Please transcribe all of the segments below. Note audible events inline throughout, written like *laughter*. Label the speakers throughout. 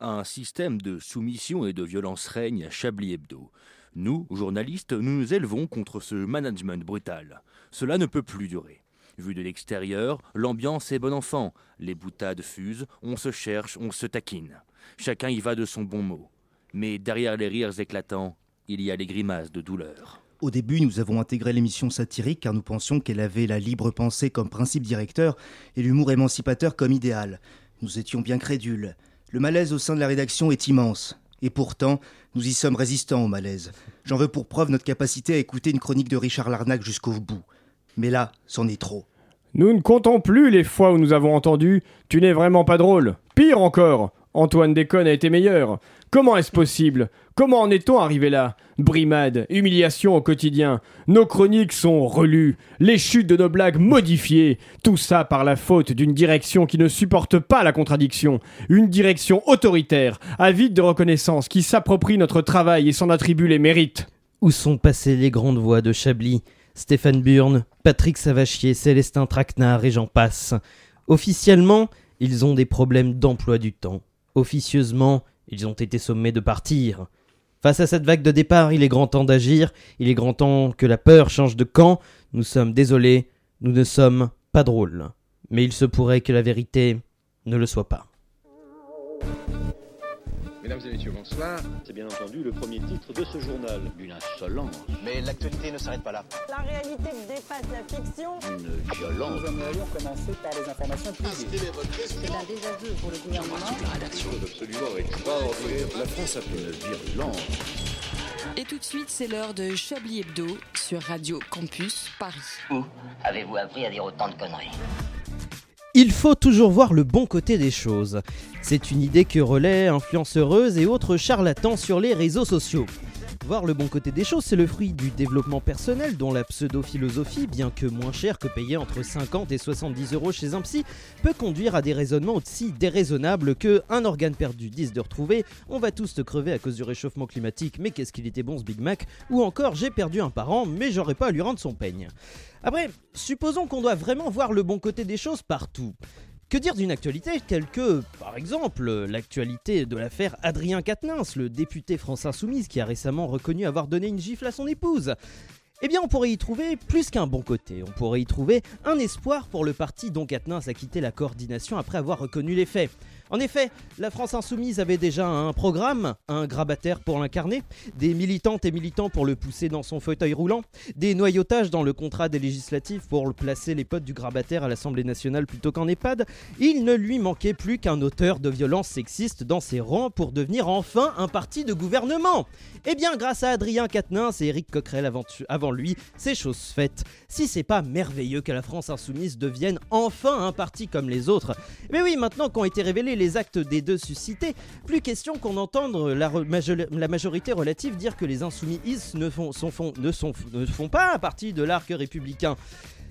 Speaker 1: un système de soumission et de violence règne à Chablis Hebdo. Nous, journalistes, nous nous élevons contre ce management brutal. Cela ne peut plus durer. Vu de l'extérieur, l'ambiance est bon enfant, les boutades fusent, on se cherche, on se taquine. Chacun y va de son bon mot. Mais derrière les rires éclatants, il y a les grimaces de douleur.
Speaker 2: Au début, nous avons intégré l'émission satirique car nous pensions qu'elle avait la libre pensée comme principe directeur et l'humour émancipateur comme idéal. Nous étions bien crédules. Le malaise au sein de la rédaction est immense. Et pourtant, nous y sommes résistants au malaise. J'en veux pour preuve notre capacité à écouter une chronique de Richard Larnac jusqu'au bout. Mais là, c'en est trop.
Speaker 3: Nous ne comptons plus les fois où nous avons entendu Tu n'es vraiment pas drôle. Pire encore, Antoine Déconne a été meilleur. Comment est-ce possible Comment en est-on arrivé là Brimade, humiliation au quotidien. Nos chroniques sont relues, les chutes de nos blagues modifiées. Tout ça par la faute d'une direction qui ne supporte pas la contradiction. Une direction autoritaire, avide de reconnaissance, qui s'approprie notre travail et s'en attribue les mérites.
Speaker 4: Où sont passées les grandes voix de Chablis Stéphane Burne, Patrick Savachier, Célestin Traquenard et j'en passe. Officiellement, ils ont des problèmes d'emploi du temps. Officieusement, ils ont été sommés de partir. Face à cette vague de départ, il est grand temps d'agir, il est grand temps que la peur change de camp. Nous sommes désolés, nous ne sommes pas drôles. Mais il se pourrait que la vérité ne le soit pas.
Speaker 5: Mesdames et messieurs, bonsoir.
Speaker 6: C'est bien entendu le premier titre de ce journal.
Speaker 7: Une insolence.
Speaker 8: Mais l'actualité ne s'arrête pas
Speaker 5: *laughs*
Speaker 8: là.
Speaker 9: La réalité dépasse la fiction.
Speaker 7: Une violence.
Speaker 10: Nous aimerions commencer par les informations privées.
Speaker 11: C'est un désaveu pour le gouvernement.
Speaker 12: la rédaction. absolument extraordinaire.
Speaker 13: La France a fait une virulence.
Speaker 14: Et tout de suite, c'est l'heure de Chablis Hebdo sur Radio Campus Paris.
Speaker 15: Où avez-vous appris à dire autant de conneries
Speaker 4: il faut toujours voir le bon côté des choses. C'est une idée que relaient influenceuses et autres charlatans sur les réseaux sociaux. Voir le bon côté des choses, c'est le fruit du développement personnel dont la pseudo-philosophie, bien que moins chère que payer entre 50 et 70 euros chez un psy, peut conduire à des raisonnements aussi déraisonnables que un organe perdu 10 de retrouver, on va tous te crever à cause du réchauffement climatique, mais qu'est-ce qu'il était bon ce Big Mac, ou encore j'ai perdu un parent, mais j'aurais pas à lui rendre son peigne. Après, supposons qu'on doit vraiment voir le bon côté des choses partout. Que dire d'une actualité telle que, par exemple, l'actualité de l'affaire Adrien Quatennens, le député France Insoumise qui a récemment reconnu avoir donné une gifle à son épouse eh bien, on pourrait y trouver plus qu'un bon côté. On pourrait y trouver un espoir pour le parti dont Quatennens a quitté la coordination après avoir reconnu les faits. En effet, la France insoumise avait déjà un programme, un grabataire pour l'incarner, des militantes et militants pour le pousser dans son fauteuil roulant, des noyautages dans le contrat des législatives pour placer les potes du grabataire à l'Assemblée nationale plutôt qu'en EHPAD. Il ne lui manquait plus qu'un auteur de violences sexistes dans ses rangs pour devenir enfin un parti de gouvernement. Eh bien, grâce à Adrien Quatennens et Éric Coquerel avant lui, c'est chose faite. Si c'est pas merveilleux que la France insoumise devienne enfin un parti comme les autres. Mais oui, maintenant qu'ont été révélés les actes des deux suscités, plus question qu'on entende la, la, majorité relative dire que les insoumis ne font, sont, font, ne, sont, ne font pas partie de l'arc républicain.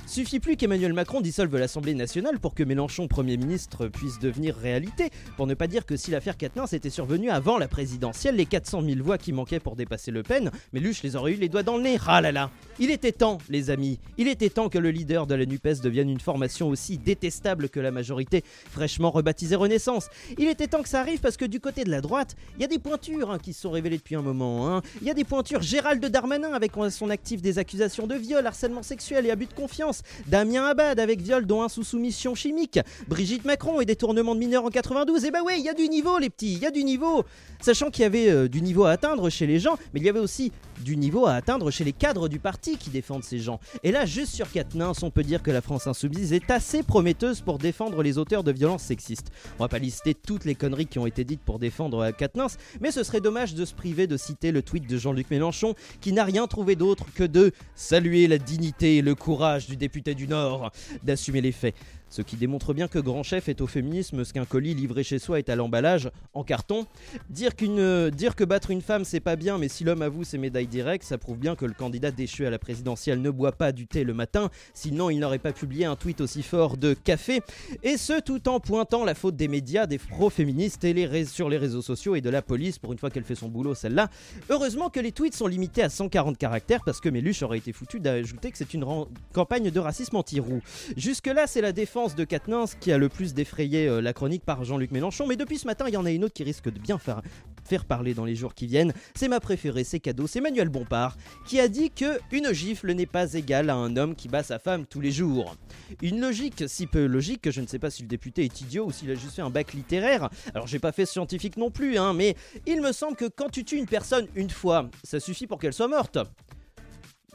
Speaker 4: Suffit plus qu'Emmanuel Macron dissolve l'Assemblée nationale pour que Mélenchon, Premier ministre, puisse devenir réalité, pour ne pas dire que si l'affaire Quatennens était survenue avant la présidentielle, les 400 000 voix qui manquaient pour dépasser Le Pen, Méluche les aurait eu les doigts dans le nez. Ah là là Il était temps, les amis, il était temps que le leader de la NUPES devienne une formation aussi détestable que la majorité, fraîchement rebaptisée Renaissance. Il était temps que ça arrive parce que du côté de la droite, il y a des pointures hein, qui se sont révélées depuis un moment. Il hein. y a des pointures Gérald Darmanin avec son actif des accusations de viol, harcèlement sexuel et abus de confiance. Damien Abad avec viol dont un sous soumission chimique, Brigitte Macron et détournement de mineurs en 92. Et bah ouais, il y a du niveau les petits, il y a du niveau. Sachant qu'il y avait euh, du niveau à atteindre chez les gens, mais il y avait aussi du niveau à atteindre chez les cadres du parti qui défendent ces gens. Et là, juste sur Quatennens, on peut dire que la France insoumise est assez prometteuse pour défendre les auteurs de violences sexistes. On va pas lister toutes les conneries qui ont été dites pour défendre Quatennens, mais ce serait dommage de se priver de citer le tweet de Jean-Luc Mélenchon qui n'a rien trouvé d'autre que de saluer la dignité et le courage du député du Nord d'assumer les faits. Ce qui démontre bien que Grand Chef est au féminisme ce qu'un colis livré chez soi est à l'emballage, en carton. Dire, qu'une, euh, dire que battre une femme c'est pas bien, mais si l'homme avoue ses médailles directes, ça prouve bien que le candidat déchu à la présidentielle ne boit pas du thé le matin, sinon il n'aurait pas publié un tweet aussi fort de café. Et ce tout en pointant la faute des médias, des pro-féministes et les sur les réseaux sociaux et de la police pour une fois qu'elle fait son boulot celle-là. Heureusement que les tweets sont limités à 140 caractères parce que Méluche aurait été foutu d'ajouter que c'est une campagne de racisme anti-roux. Jusque-là, c'est la défense séquence de Katnins qui a le plus défrayé euh, la chronique par Jean-Luc Mélenchon, mais depuis ce matin, il y en a une autre qui risque de bien faire, faire parler dans les jours qui viennent. C'est ma préférée, c'est cadeau, c'est Manuel Bompard, qui a dit que une gifle n'est pas égale à un homme qui bat sa femme tous les jours. Une logique si peu logique que je ne sais pas si le député est idiot ou s'il a juste fait un bac littéraire. Alors j'ai pas fait scientifique non plus, hein, mais il me semble que quand tu tues une personne une fois, ça suffit pour qu'elle soit morte.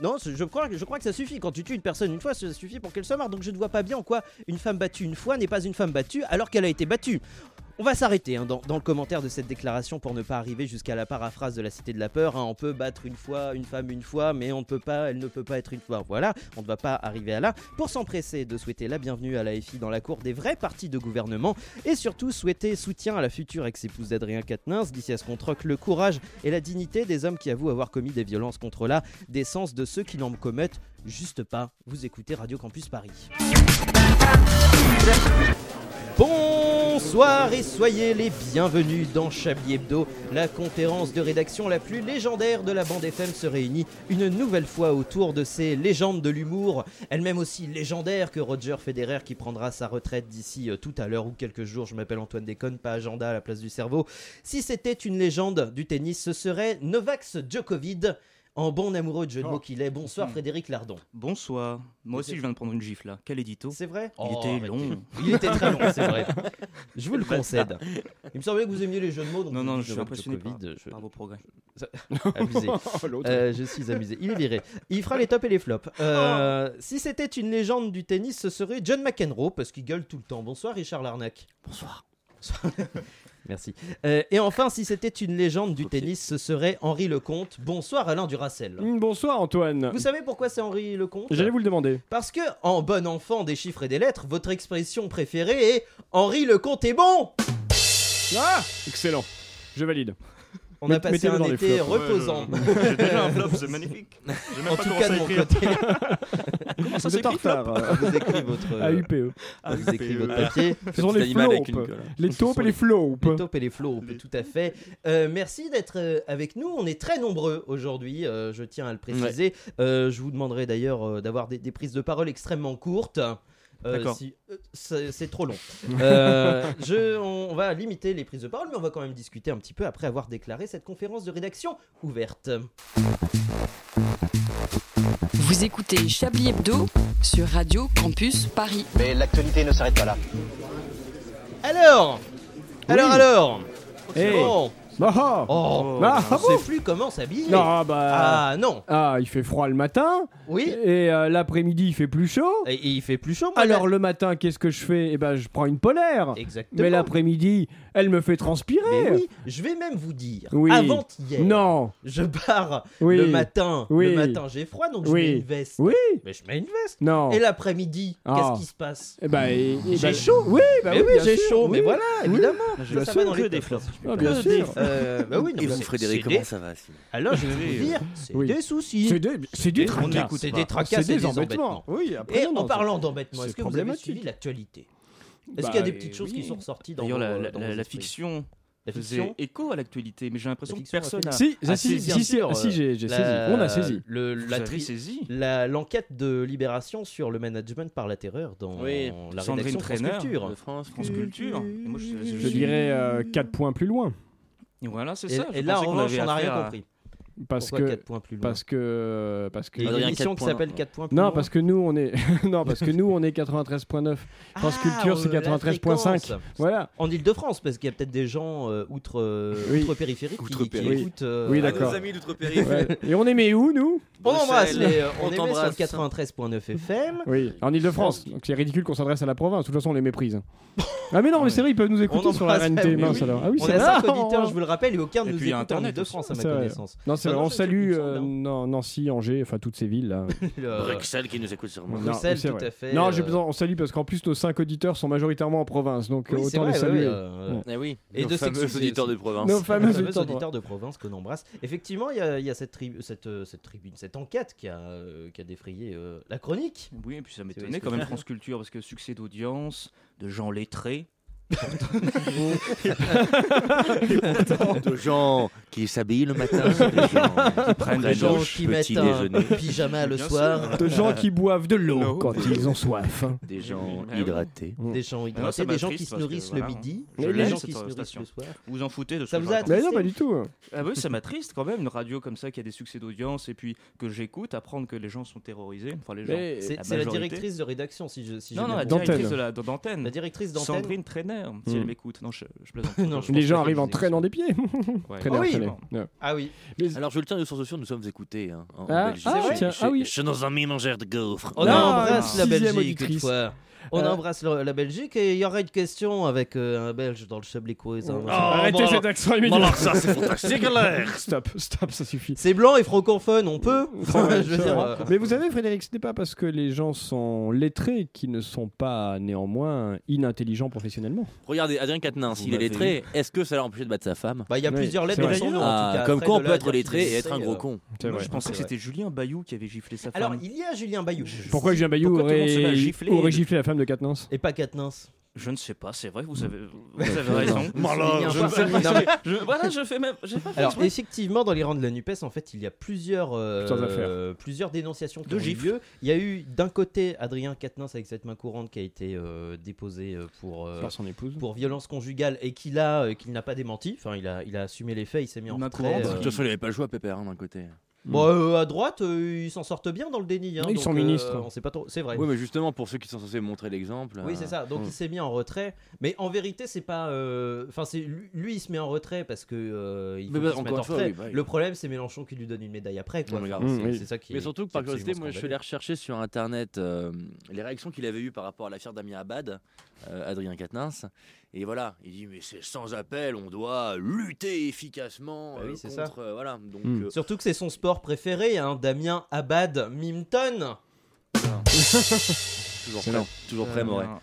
Speaker 4: Non, je crois, je crois que ça suffit. Quand tu tues une personne une fois, ça suffit pour qu'elle soit morte. Donc je ne vois pas bien en quoi une femme battue une fois n'est pas une femme battue alors qu'elle a été battue. On va s'arrêter hein, dans, dans, le commentaire de cette déclaration pour ne pas arriver jusqu'à la paraphrase de la Cité de la Peur. Hein. On peut battre une fois une femme une fois, mais on ne peut pas, elle ne peut pas être une fois. Voilà, on ne va pas arriver à là. Pour s'empresser de souhaiter la bienvenue à la FI dans la cour des vrais partis de gouvernement et surtout souhaiter soutien à la future ex-épouse d'Adrien Quatennens d'ici à ce qu'on troque le courage et la dignité des hommes qui avouent avoir commis des violences contre la décence de ceux qui n'en commettent juste pas. Vous écoutez Radio Campus Paris. Bonsoir et soyez les bienvenus dans Chablis Hebdo. La conférence de rédaction la plus légendaire de la bande FM se réunit une nouvelle fois autour de ces légendes de l'humour, elle-même aussi légendaire que Roger Federer qui prendra sa retraite d'ici euh, tout à l'heure ou quelques jours. Je m'appelle Antoine Déconne, pas agenda à la place du cerveau. Si c'était une légende du tennis, ce serait Novak Djokovic. En bon amoureux de jeu de
Speaker 5: Oh.
Speaker 4: mots qu'il est, bonsoir
Speaker 5: Mm.
Speaker 4: Frédéric Lardon.
Speaker 5: Bonsoir. Moi aussi je viens de prendre une gifle là. Quel édito
Speaker 4: C'est vrai
Speaker 5: Il
Speaker 4: Oh,
Speaker 5: était
Speaker 4: arrêtez.
Speaker 5: long.
Speaker 4: Il était très long, c'est
Speaker 5: *laughs*
Speaker 4: vrai. Je vous le concède. Il me semblait que vous aimiez les jeux de mots. Donc
Speaker 5: Non,
Speaker 4: vous
Speaker 5: non,
Speaker 4: dites
Speaker 5: je suis
Speaker 4: Novak
Speaker 5: impressionné par,
Speaker 4: Djokovic, euh, je-
Speaker 5: par vos progrès. *laughs*
Speaker 4: Abusé.
Speaker 5: L'autre.
Speaker 4: Euh, je suis amusé. Il est viré. Il fera les tops et les flops.
Speaker 5: Oh.
Speaker 4: Euh, Si c'était une légende du tennis, ce serait John McEnroe, parce qu'il gueule tout le temps. Bonsoir Richard Larnac. Bonsoir. *laughs* Merci. Euh, et enfin, si c'était une légende du tennis, ce serait Henri Lecomte. Bonsoir Alain Duracel.
Speaker 3: Mm, Bonsoir Antoine.
Speaker 4: Vous savez pourquoi c'est Henri Lecomte
Speaker 3: J'allais vous le demander.
Speaker 4: Parce que, en bon enfant des chiffres et des lettres, votre expression préférée est Henri Lecomte est bon
Speaker 3: Ah Excellent. Je valide.
Speaker 4: On
Speaker 3: Met-
Speaker 4: a passé
Speaker 3: mettez-le
Speaker 4: un
Speaker 3: dans les
Speaker 4: été
Speaker 3: flops.
Speaker 4: reposant.
Speaker 5: Ouais, je- *laughs* j'ai déjà un flop, c'est magnifique. J'ai même
Speaker 4: en
Speaker 5: pas
Speaker 4: tout
Speaker 5: commencé
Speaker 4: cas,
Speaker 5: à
Speaker 4: de mon
Speaker 5: écrire.
Speaker 4: côté.
Speaker 5: Comment ça
Speaker 3: Vous êtes
Speaker 5: s'écrit,
Speaker 3: en retard.
Speaker 5: flop
Speaker 3: euh.
Speaker 4: *laughs* Vous écrivez votre-
Speaker 3: AUPE.
Speaker 4: Ah, vous écrivez
Speaker 5: *laughs*
Speaker 4: votre
Speaker 3: AUPE.
Speaker 4: papier.
Speaker 3: E. Ce sont
Speaker 5: Petit
Speaker 3: les
Speaker 5: animal
Speaker 3: flops.
Speaker 5: avec une gueule.
Speaker 3: Les
Speaker 4: Ce sont
Speaker 3: taupes et les flops.
Speaker 4: Les taupes et les flops, tout à fait. Euh, merci d'être euh, avec nous. On est très nombreux aujourd'hui, euh, je tiens à le préciser. Euh, je vous demanderai d'ailleurs euh, d'avoir des, des prises de parole extrêmement courtes. Euh,
Speaker 5: D'accord.
Speaker 4: si- euh, c'est c'est trop long. Euh, *laughs* je- on, on va limiter les prises de parole, mais on va quand même discuter un petit peu après avoir déclaré cette conférence de rédaction ouverte.
Speaker 14: Vous écoutez Chablis Hebdo sur Radio Campus Paris.
Speaker 8: Mais l'actualité ne s'arrête pas là.
Speaker 4: Alors Alors, alors
Speaker 3: Eh.
Speaker 4: Bon.
Speaker 3: Ah, ah.
Speaker 4: Oh,
Speaker 3: Ah,
Speaker 4: je
Speaker 3: ah,
Speaker 4: ne sais plus comment s'habiller.
Speaker 3: Non, ah, bah.
Speaker 4: Ah non
Speaker 3: Ah, il fait froid le matin.
Speaker 4: Oui.
Speaker 3: Et euh, l'après-midi, il fait plus chaud.
Speaker 4: Et, et il fait plus chaud, moi,
Speaker 3: Alors le matin, qu'est-ce que je fais Eh ben, je prends une polaire.
Speaker 4: Exactement.
Speaker 3: Mais l'après-midi, elle me fait transpirer.
Speaker 4: Mais oui, je vais même vous dire,
Speaker 3: Oui.
Speaker 4: avant-hier,
Speaker 3: Non.
Speaker 4: je pars
Speaker 3: Oui.
Speaker 4: le matin,
Speaker 3: Oui.
Speaker 4: le matin j'ai froid, donc je
Speaker 3: Oui.
Speaker 4: mets une veste.
Speaker 3: Oui.
Speaker 4: Mais je mets une veste.
Speaker 3: Non.
Speaker 4: Et l'après-midi,
Speaker 3: Ah.
Speaker 4: qu'est-ce qui se passe
Speaker 3: Eh ben, et- et
Speaker 4: J'ai
Speaker 3: ben-
Speaker 4: chaud.
Speaker 3: Oui, bah
Speaker 4: Mais
Speaker 3: oui,
Speaker 4: oui,
Speaker 3: bien
Speaker 4: j'ai
Speaker 3: sûr,
Speaker 4: chaud,
Speaker 3: oui.
Speaker 4: mais voilà,
Speaker 3: Oui.
Speaker 4: évidemment.
Speaker 5: Ah,
Speaker 3: Je
Speaker 4: Ça,
Speaker 3: la
Speaker 4: ça va
Speaker 3: sens
Speaker 4: dans
Speaker 5: que
Speaker 4: les
Speaker 5: des
Speaker 4: tops.
Speaker 5: flops.
Speaker 3: Ah, bien
Speaker 4: Que
Speaker 3: sûr.
Speaker 4: des- Euh, bah oui, non,
Speaker 5: Et
Speaker 4: mais
Speaker 5: vous,
Speaker 4: c'est-
Speaker 5: Frédéric,
Speaker 4: c'est
Speaker 5: comment
Speaker 4: des-
Speaker 5: ça va sinon
Speaker 4: Alors je vais vous
Speaker 5: euh,
Speaker 4: dire, c'est
Speaker 3: oui.
Speaker 4: des soucis.
Speaker 3: C'est des- c'est du
Speaker 5: Et on
Speaker 3: tracas.
Speaker 5: écoute,
Speaker 4: C'est
Speaker 5: bah,
Speaker 4: des tracas,
Speaker 3: c'est
Speaker 4: c'est
Speaker 3: des
Speaker 4: des
Speaker 3: embêtements.
Speaker 4: embêtements.
Speaker 3: Oui, après,
Speaker 4: Et
Speaker 3: non,
Speaker 4: en
Speaker 3: ça-
Speaker 4: parlant d'embêtements,
Speaker 3: c'est
Speaker 4: est-ce que vous avez
Speaker 3: problématique.
Speaker 4: suivi l'actualité Est-ce
Speaker 3: Bah,
Speaker 4: qu'il y a des petites choses
Speaker 5: oui.
Speaker 4: qui sont ressorties dans
Speaker 5: D'ailleurs, la,
Speaker 4: vos-
Speaker 5: la-
Speaker 4: dans
Speaker 5: la-
Speaker 4: vos
Speaker 5: la
Speaker 4: esprits
Speaker 5: fiction
Speaker 4: La
Speaker 5: faisait
Speaker 4: fiction
Speaker 5: écho à l'actualité, mais j'ai l'impression
Speaker 4: La
Speaker 5: que
Speaker 4: fiction a
Speaker 5: personne
Speaker 4: fait-
Speaker 5: n'a.
Speaker 3: Si,
Speaker 5: a
Speaker 3: ah, si,
Speaker 5: saisi
Speaker 3: si,
Speaker 5: un
Speaker 3: si,
Speaker 5: petit peu,
Speaker 3: ah, si,
Speaker 5: euh,
Speaker 3: j'ai j'ai
Speaker 4: La-
Speaker 3: saisi. On a saisi.
Speaker 4: Le,
Speaker 5: Vous
Speaker 4: la
Speaker 5: avez
Speaker 4: tri-
Speaker 5: saisi
Speaker 4: la- l'enquête de Libération sur le management par la terreur dans
Speaker 5: Oui,
Speaker 4: la
Speaker 5: Sandrine
Speaker 4: rédaction France
Speaker 5: Traîneur
Speaker 4: Culture.
Speaker 5: de France, France Culture. Et moi, je,
Speaker 3: Je dirais 4 points plus loin.
Speaker 5: Et Voilà, c'est
Speaker 4: Et,
Speaker 5: ça. je
Speaker 4: et là, en
Speaker 5: pensais qu'on
Speaker 4: revanche,
Speaker 5: avait
Speaker 4: on n'a
Speaker 5: affaire
Speaker 4: rien
Speaker 5: à-
Speaker 4: compris.
Speaker 3: Parce
Speaker 4: Pourquoi
Speaker 3: que
Speaker 4: 4 points plus loin
Speaker 3: parce que parce que
Speaker 4: Il y a une
Speaker 5: Adrien,
Speaker 4: émission
Speaker 5: quatre
Speaker 4: qui
Speaker 5: points,
Speaker 4: s'appelle
Speaker 5: non.
Speaker 4: 4 points plus
Speaker 3: non
Speaker 4: loin.
Speaker 3: parce que nous on est *laughs* non parce que nous on est 93.9 France
Speaker 4: Ah,
Speaker 3: Culture c'est
Speaker 4: euh, la
Speaker 3: 93.5
Speaker 4: fréquence.
Speaker 3: voilà
Speaker 4: En Ile-de-France, parce qu'il y a peut-être des gens euh, outre, euh,
Speaker 3: Oui.
Speaker 4: outre-périphériques qui- qui,
Speaker 3: Outre-péri-
Speaker 4: écoutent. euh,
Speaker 3: Oui, d'accord.
Speaker 4: euh,
Speaker 5: amis d'outre-périph'.
Speaker 3: Ouais. et on aimait où nous
Speaker 4: On embrasse
Speaker 5: Bruxelles.
Speaker 4: les. euh, on
Speaker 5: On
Speaker 4: est sur
Speaker 5: t'embrasse.
Speaker 4: 93.9 FM.
Speaker 3: oui en Ile-de-France donc c'est ridicule qu'on s'adresse à la province de toute façon on les méprise ah mais non
Speaker 4: *laughs*
Speaker 3: mais c'est vrai ils peuvent nous écouter
Speaker 4: On
Speaker 3: sur la
Speaker 4: embrasse-
Speaker 3: RNT
Speaker 4: mais
Speaker 3: mince
Speaker 4: oui.
Speaker 3: alors ah oui
Speaker 4: on
Speaker 3: c'est
Speaker 4: a 5
Speaker 3: vrai. *laughs*
Speaker 4: auditeurs, je vous le rappelle, et aucun
Speaker 5: Et
Speaker 4: ne nous
Speaker 5: puis, il y a
Speaker 4: écoute en
Speaker 5: Internet
Speaker 4: Ile-de-France, à ma
Speaker 3: C'est vrai.
Speaker 4: connaissance. *laughs*
Speaker 3: non c'est
Speaker 4: Non,
Speaker 3: vrai
Speaker 4: non,
Speaker 3: on
Speaker 4: je-
Speaker 3: salue
Speaker 4: je- je-
Speaker 3: euh, non, Nancy Angers enfin toutes ces villes là
Speaker 4: Le-
Speaker 7: Bruxelles qui nous écoute sûrement.
Speaker 3: Non,
Speaker 4: Bruxelles,
Speaker 3: c'est
Speaker 4: tout
Speaker 3: vrai.
Speaker 4: à fait,
Speaker 3: non
Speaker 4: euh,
Speaker 3: j'ai besoin on salue parce qu'en plus nos 5 auditeurs sont majoritairement en province donc euh,
Speaker 4: Oui, c'est
Speaker 3: autant les
Speaker 4: vrai, ouais,
Speaker 3: saluer
Speaker 4: ouais, euh,
Speaker 5: Eh oui.
Speaker 4: Et
Speaker 7: Nos
Speaker 4: de
Speaker 7: fameux
Speaker 4: s'excuser
Speaker 7: auditeurs
Speaker 4: aussi.
Speaker 7: de
Speaker 16: *laughs*
Speaker 7: province.
Speaker 3: nos
Speaker 4: fameux
Speaker 3: fameux auditeurs
Speaker 4: auditeur de province qu'on embrasse. Effectivement, il y a, il y a cette, tribu- cette, euh, cette tribune, cette enquête qui a, euh, qui a défrayé euh, la chronique.
Speaker 5: Oui, et puis ça
Speaker 4: vrai,
Speaker 5: m'étonnait
Speaker 4: c'est
Speaker 5: quand même
Speaker 4: vrai.
Speaker 5: France Culture, parce que succès d'audience, de gens lettrés,
Speaker 1: Et pourtant, de gens qui s'habillent
Speaker 4: *laughs*
Speaker 1: le matin, de gens qui prennent la
Speaker 4: Des gens
Speaker 1: douche,
Speaker 4: qui
Speaker 1: petit
Speaker 4: mettent un *laughs*
Speaker 1: déjeuner,
Speaker 5: *laughs*
Speaker 4: pyjama le
Speaker 5: Ah
Speaker 4: soir.
Speaker 3: De gens qui boivent de l'eau quand ils ont soif. hein.
Speaker 1: des gens
Speaker 4: Ah
Speaker 1: hydratés.
Speaker 4: Des gens hydratés,
Speaker 5: Non, ça
Speaker 4: des gens qui
Speaker 5: m'attriste
Speaker 4: se
Speaker 5: parce que,
Speaker 4: nourrissent le
Speaker 5: voilà, hein.
Speaker 4: midi,
Speaker 5: je
Speaker 4: des
Speaker 5: l'aime,
Speaker 4: gens
Speaker 5: cette
Speaker 4: qui se nourrissent
Speaker 5: station.
Speaker 4: le soir.
Speaker 5: Vous vous en foutez de ce
Speaker 4: Ça
Speaker 5: que
Speaker 4: vous
Speaker 5: je
Speaker 4: a
Speaker 5: raconte.
Speaker 4: attristé Mais non, pas
Speaker 3: du tout.
Speaker 5: Ah oui, ça m'attriste quand même, une radio comme ça qui a des succès d'audience et puis que j'écoute, apprendre que les gens sont terrorisés. Enfin, les gens.
Speaker 4: Mais c'est- c'est la
Speaker 5: majorité.
Speaker 4: directrice de rédaction, si je- si
Speaker 5: non,
Speaker 4: j'ai
Speaker 5: non,
Speaker 4: bien
Speaker 5: la
Speaker 4: compris.
Speaker 5: directrice
Speaker 4: D'antenne.
Speaker 5: de la- d'antenne.
Speaker 4: La directrice d'antenne.
Speaker 5: Sandrine Trainer, si
Speaker 3: Hmm.
Speaker 5: elle m'écoute. Non, je, je plaisante.
Speaker 4: *laughs* Non,
Speaker 5: Je-
Speaker 3: Les
Speaker 5: je-
Speaker 3: gens
Speaker 5: je-
Speaker 3: arrivent en
Speaker 5: je-
Speaker 3: traînant des pieds.
Speaker 5: Ouais.
Speaker 3: Traîneur,
Speaker 5: Ah oui.
Speaker 3: traîneur. Ouais.
Speaker 4: Ah oui.
Speaker 1: Alors, je le tiens de source sûre, nous sommes écoutés hein, en, en
Speaker 3: Ah,
Speaker 1: Belgique.
Speaker 3: ah,
Speaker 1: Chez-
Speaker 3: tiens,
Speaker 1: chez,
Speaker 3: ah oui.
Speaker 1: chez nos amis mangeurs de gaufres.
Speaker 4: On
Speaker 3: Non,
Speaker 4: embrasse la
Speaker 3: sixième
Speaker 4: Belgique
Speaker 3: auditrice.
Speaker 4: toutefois. On
Speaker 3: Euh,
Speaker 4: embrasse le- la Belgique et il y aura une question avec euh, un Belge dans le Chablis Quiz. hein.
Speaker 3: Oh, Arrêtez
Speaker 4: bon,
Speaker 3: cet accent
Speaker 4: bon,
Speaker 3: immédiat.
Speaker 4: alors ça, c'est
Speaker 3: *laughs*
Speaker 4: fantastique, alors.
Speaker 3: Stop, stop, ça
Speaker 4: *laughs*
Speaker 3: suffit.
Speaker 4: C'est blanc et francophone, on peut
Speaker 3: Ouais,
Speaker 4: *laughs* Je veux
Speaker 3: ça
Speaker 4: dire,
Speaker 3: va.
Speaker 4: euh,
Speaker 3: Mais vous savez, Frédéric, ce n'est pas parce que les gens sont lettrés qu'ils ne sont pas néanmoins inintelligents professionnellement.
Speaker 1: Regardez, Adrien Quatennens, s'il est
Speaker 3: m'avez
Speaker 1: lettré, est-ce que ça l'a empêché de battre sa femme
Speaker 4: Bah, il y a
Speaker 3: Oui,
Speaker 4: plusieurs lettres
Speaker 3: c'est
Speaker 4: dans
Speaker 3: vrai.
Speaker 4: son nom, en
Speaker 1: Ah,
Speaker 4: tout cas.
Speaker 1: Comme
Speaker 4: Après,
Speaker 1: quoi on
Speaker 4: de
Speaker 1: peut
Speaker 4: là
Speaker 1: être
Speaker 4: à dire
Speaker 1: lettré
Speaker 4: qu'il
Speaker 1: et être un
Speaker 4: sait,
Speaker 1: gros
Speaker 4: euh,
Speaker 1: con.
Speaker 3: C'est
Speaker 5: Moi,
Speaker 3: vrai.
Speaker 5: je pensais que
Speaker 4: C'est
Speaker 5: c'était Julien Bayou qui avait giflé sa femme.
Speaker 4: Alors, il y a Julien Bayou.
Speaker 3: Pourquoi Julien Bayou
Speaker 5: Pourquoi tout le monde se met à
Speaker 3: aurait
Speaker 5: gifler
Speaker 3: aurait giflé la femme de Katnins
Speaker 4: Et pas Katnins.
Speaker 5: Je ne sais pas, c'est vrai, vous avez, vous avez raison.
Speaker 1: Mais alors,
Speaker 5: Il y a
Speaker 1: je
Speaker 5: un
Speaker 1: ne sais
Speaker 5: point-
Speaker 4: pas.
Speaker 5: Non, mais je- *laughs* Voilà, je fais même. j'ai pas fait
Speaker 4: Alors,
Speaker 5: exprès.
Speaker 4: effectivement, dans les rangs de la NUPES, en fait, il y a plusieurs, euh,
Speaker 3: Plusieurs affaires.
Speaker 4: plusieurs dénonciations qui
Speaker 5: De
Speaker 4: ont eu
Speaker 5: gifles.
Speaker 4: lieu. Il y a eu, d'un côté, Adrien Quatennens avec cette main courante qui a été euh, déposée euh, pour, euh,
Speaker 3: Par son épouse.
Speaker 4: pour violence conjugale et qu'il a, euh, qu'il n'a pas démenti. Enfin, il a, il a assumé les faits, il s'est mis en
Speaker 5: Main
Speaker 4: retrait.
Speaker 5: courante,
Speaker 1: De
Speaker 4: euh.
Speaker 1: toute façon, il n'avait pas le choix, Pépère, hein, d'un côté.
Speaker 4: Bon, euh, à droite, euh, ils s'en sortent bien dans le déni. hein,
Speaker 3: Ils
Speaker 4: donc,
Speaker 3: sont
Speaker 4: euh,
Speaker 3: ministres.
Speaker 4: on sait pas trop. C'est vrai.
Speaker 1: Oui, mais justement, pour ceux qui sont censés montrer l'exemple.
Speaker 4: Oui,
Speaker 1: euh,
Speaker 4: c'est ça. Donc il s'est mis en retrait, mais en vérité, c'est pas. euh, Enfin, c'est lui, lui, il se met en retrait parce que euh, il faut
Speaker 1: Mais bah,
Speaker 4: qu'il se mette en
Speaker 1: encore une fois,
Speaker 4: retrait.
Speaker 1: oui, bah, oui.
Speaker 4: Le problème, c'est Mélenchon qui lui donne une médaille après. Quoi.
Speaker 1: Non, mais
Speaker 4: Enfin,
Speaker 1: grave.
Speaker 4: c'est
Speaker 3: Mm, oui.
Speaker 4: c'est ça qui.
Speaker 1: Mais surtout,
Speaker 4: qui
Speaker 1: par
Speaker 4: est absolument
Speaker 1: curiosité, moi je suis allé
Speaker 4: scandaleux.
Speaker 1: rechercher sur internet euh, les réactions qu'il avait eues par rapport à l'affaire d'Amir Abad, euh, Adrien Quatennens. Et voilà, il dit Mais c'est sans appel, on doit lutter efficacement
Speaker 4: Bah oui,
Speaker 1: euh,
Speaker 4: c'est ça.
Speaker 1: contre. euh, voilà, donc.
Speaker 3: Mm.
Speaker 1: euh,
Speaker 4: Surtout que c'est son sport préféré, hein, Damien Abad Mimton.
Speaker 1: toujours prêt, toujours
Speaker 4: Euh,
Speaker 1: prêt, Moret.
Speaker 5: Non.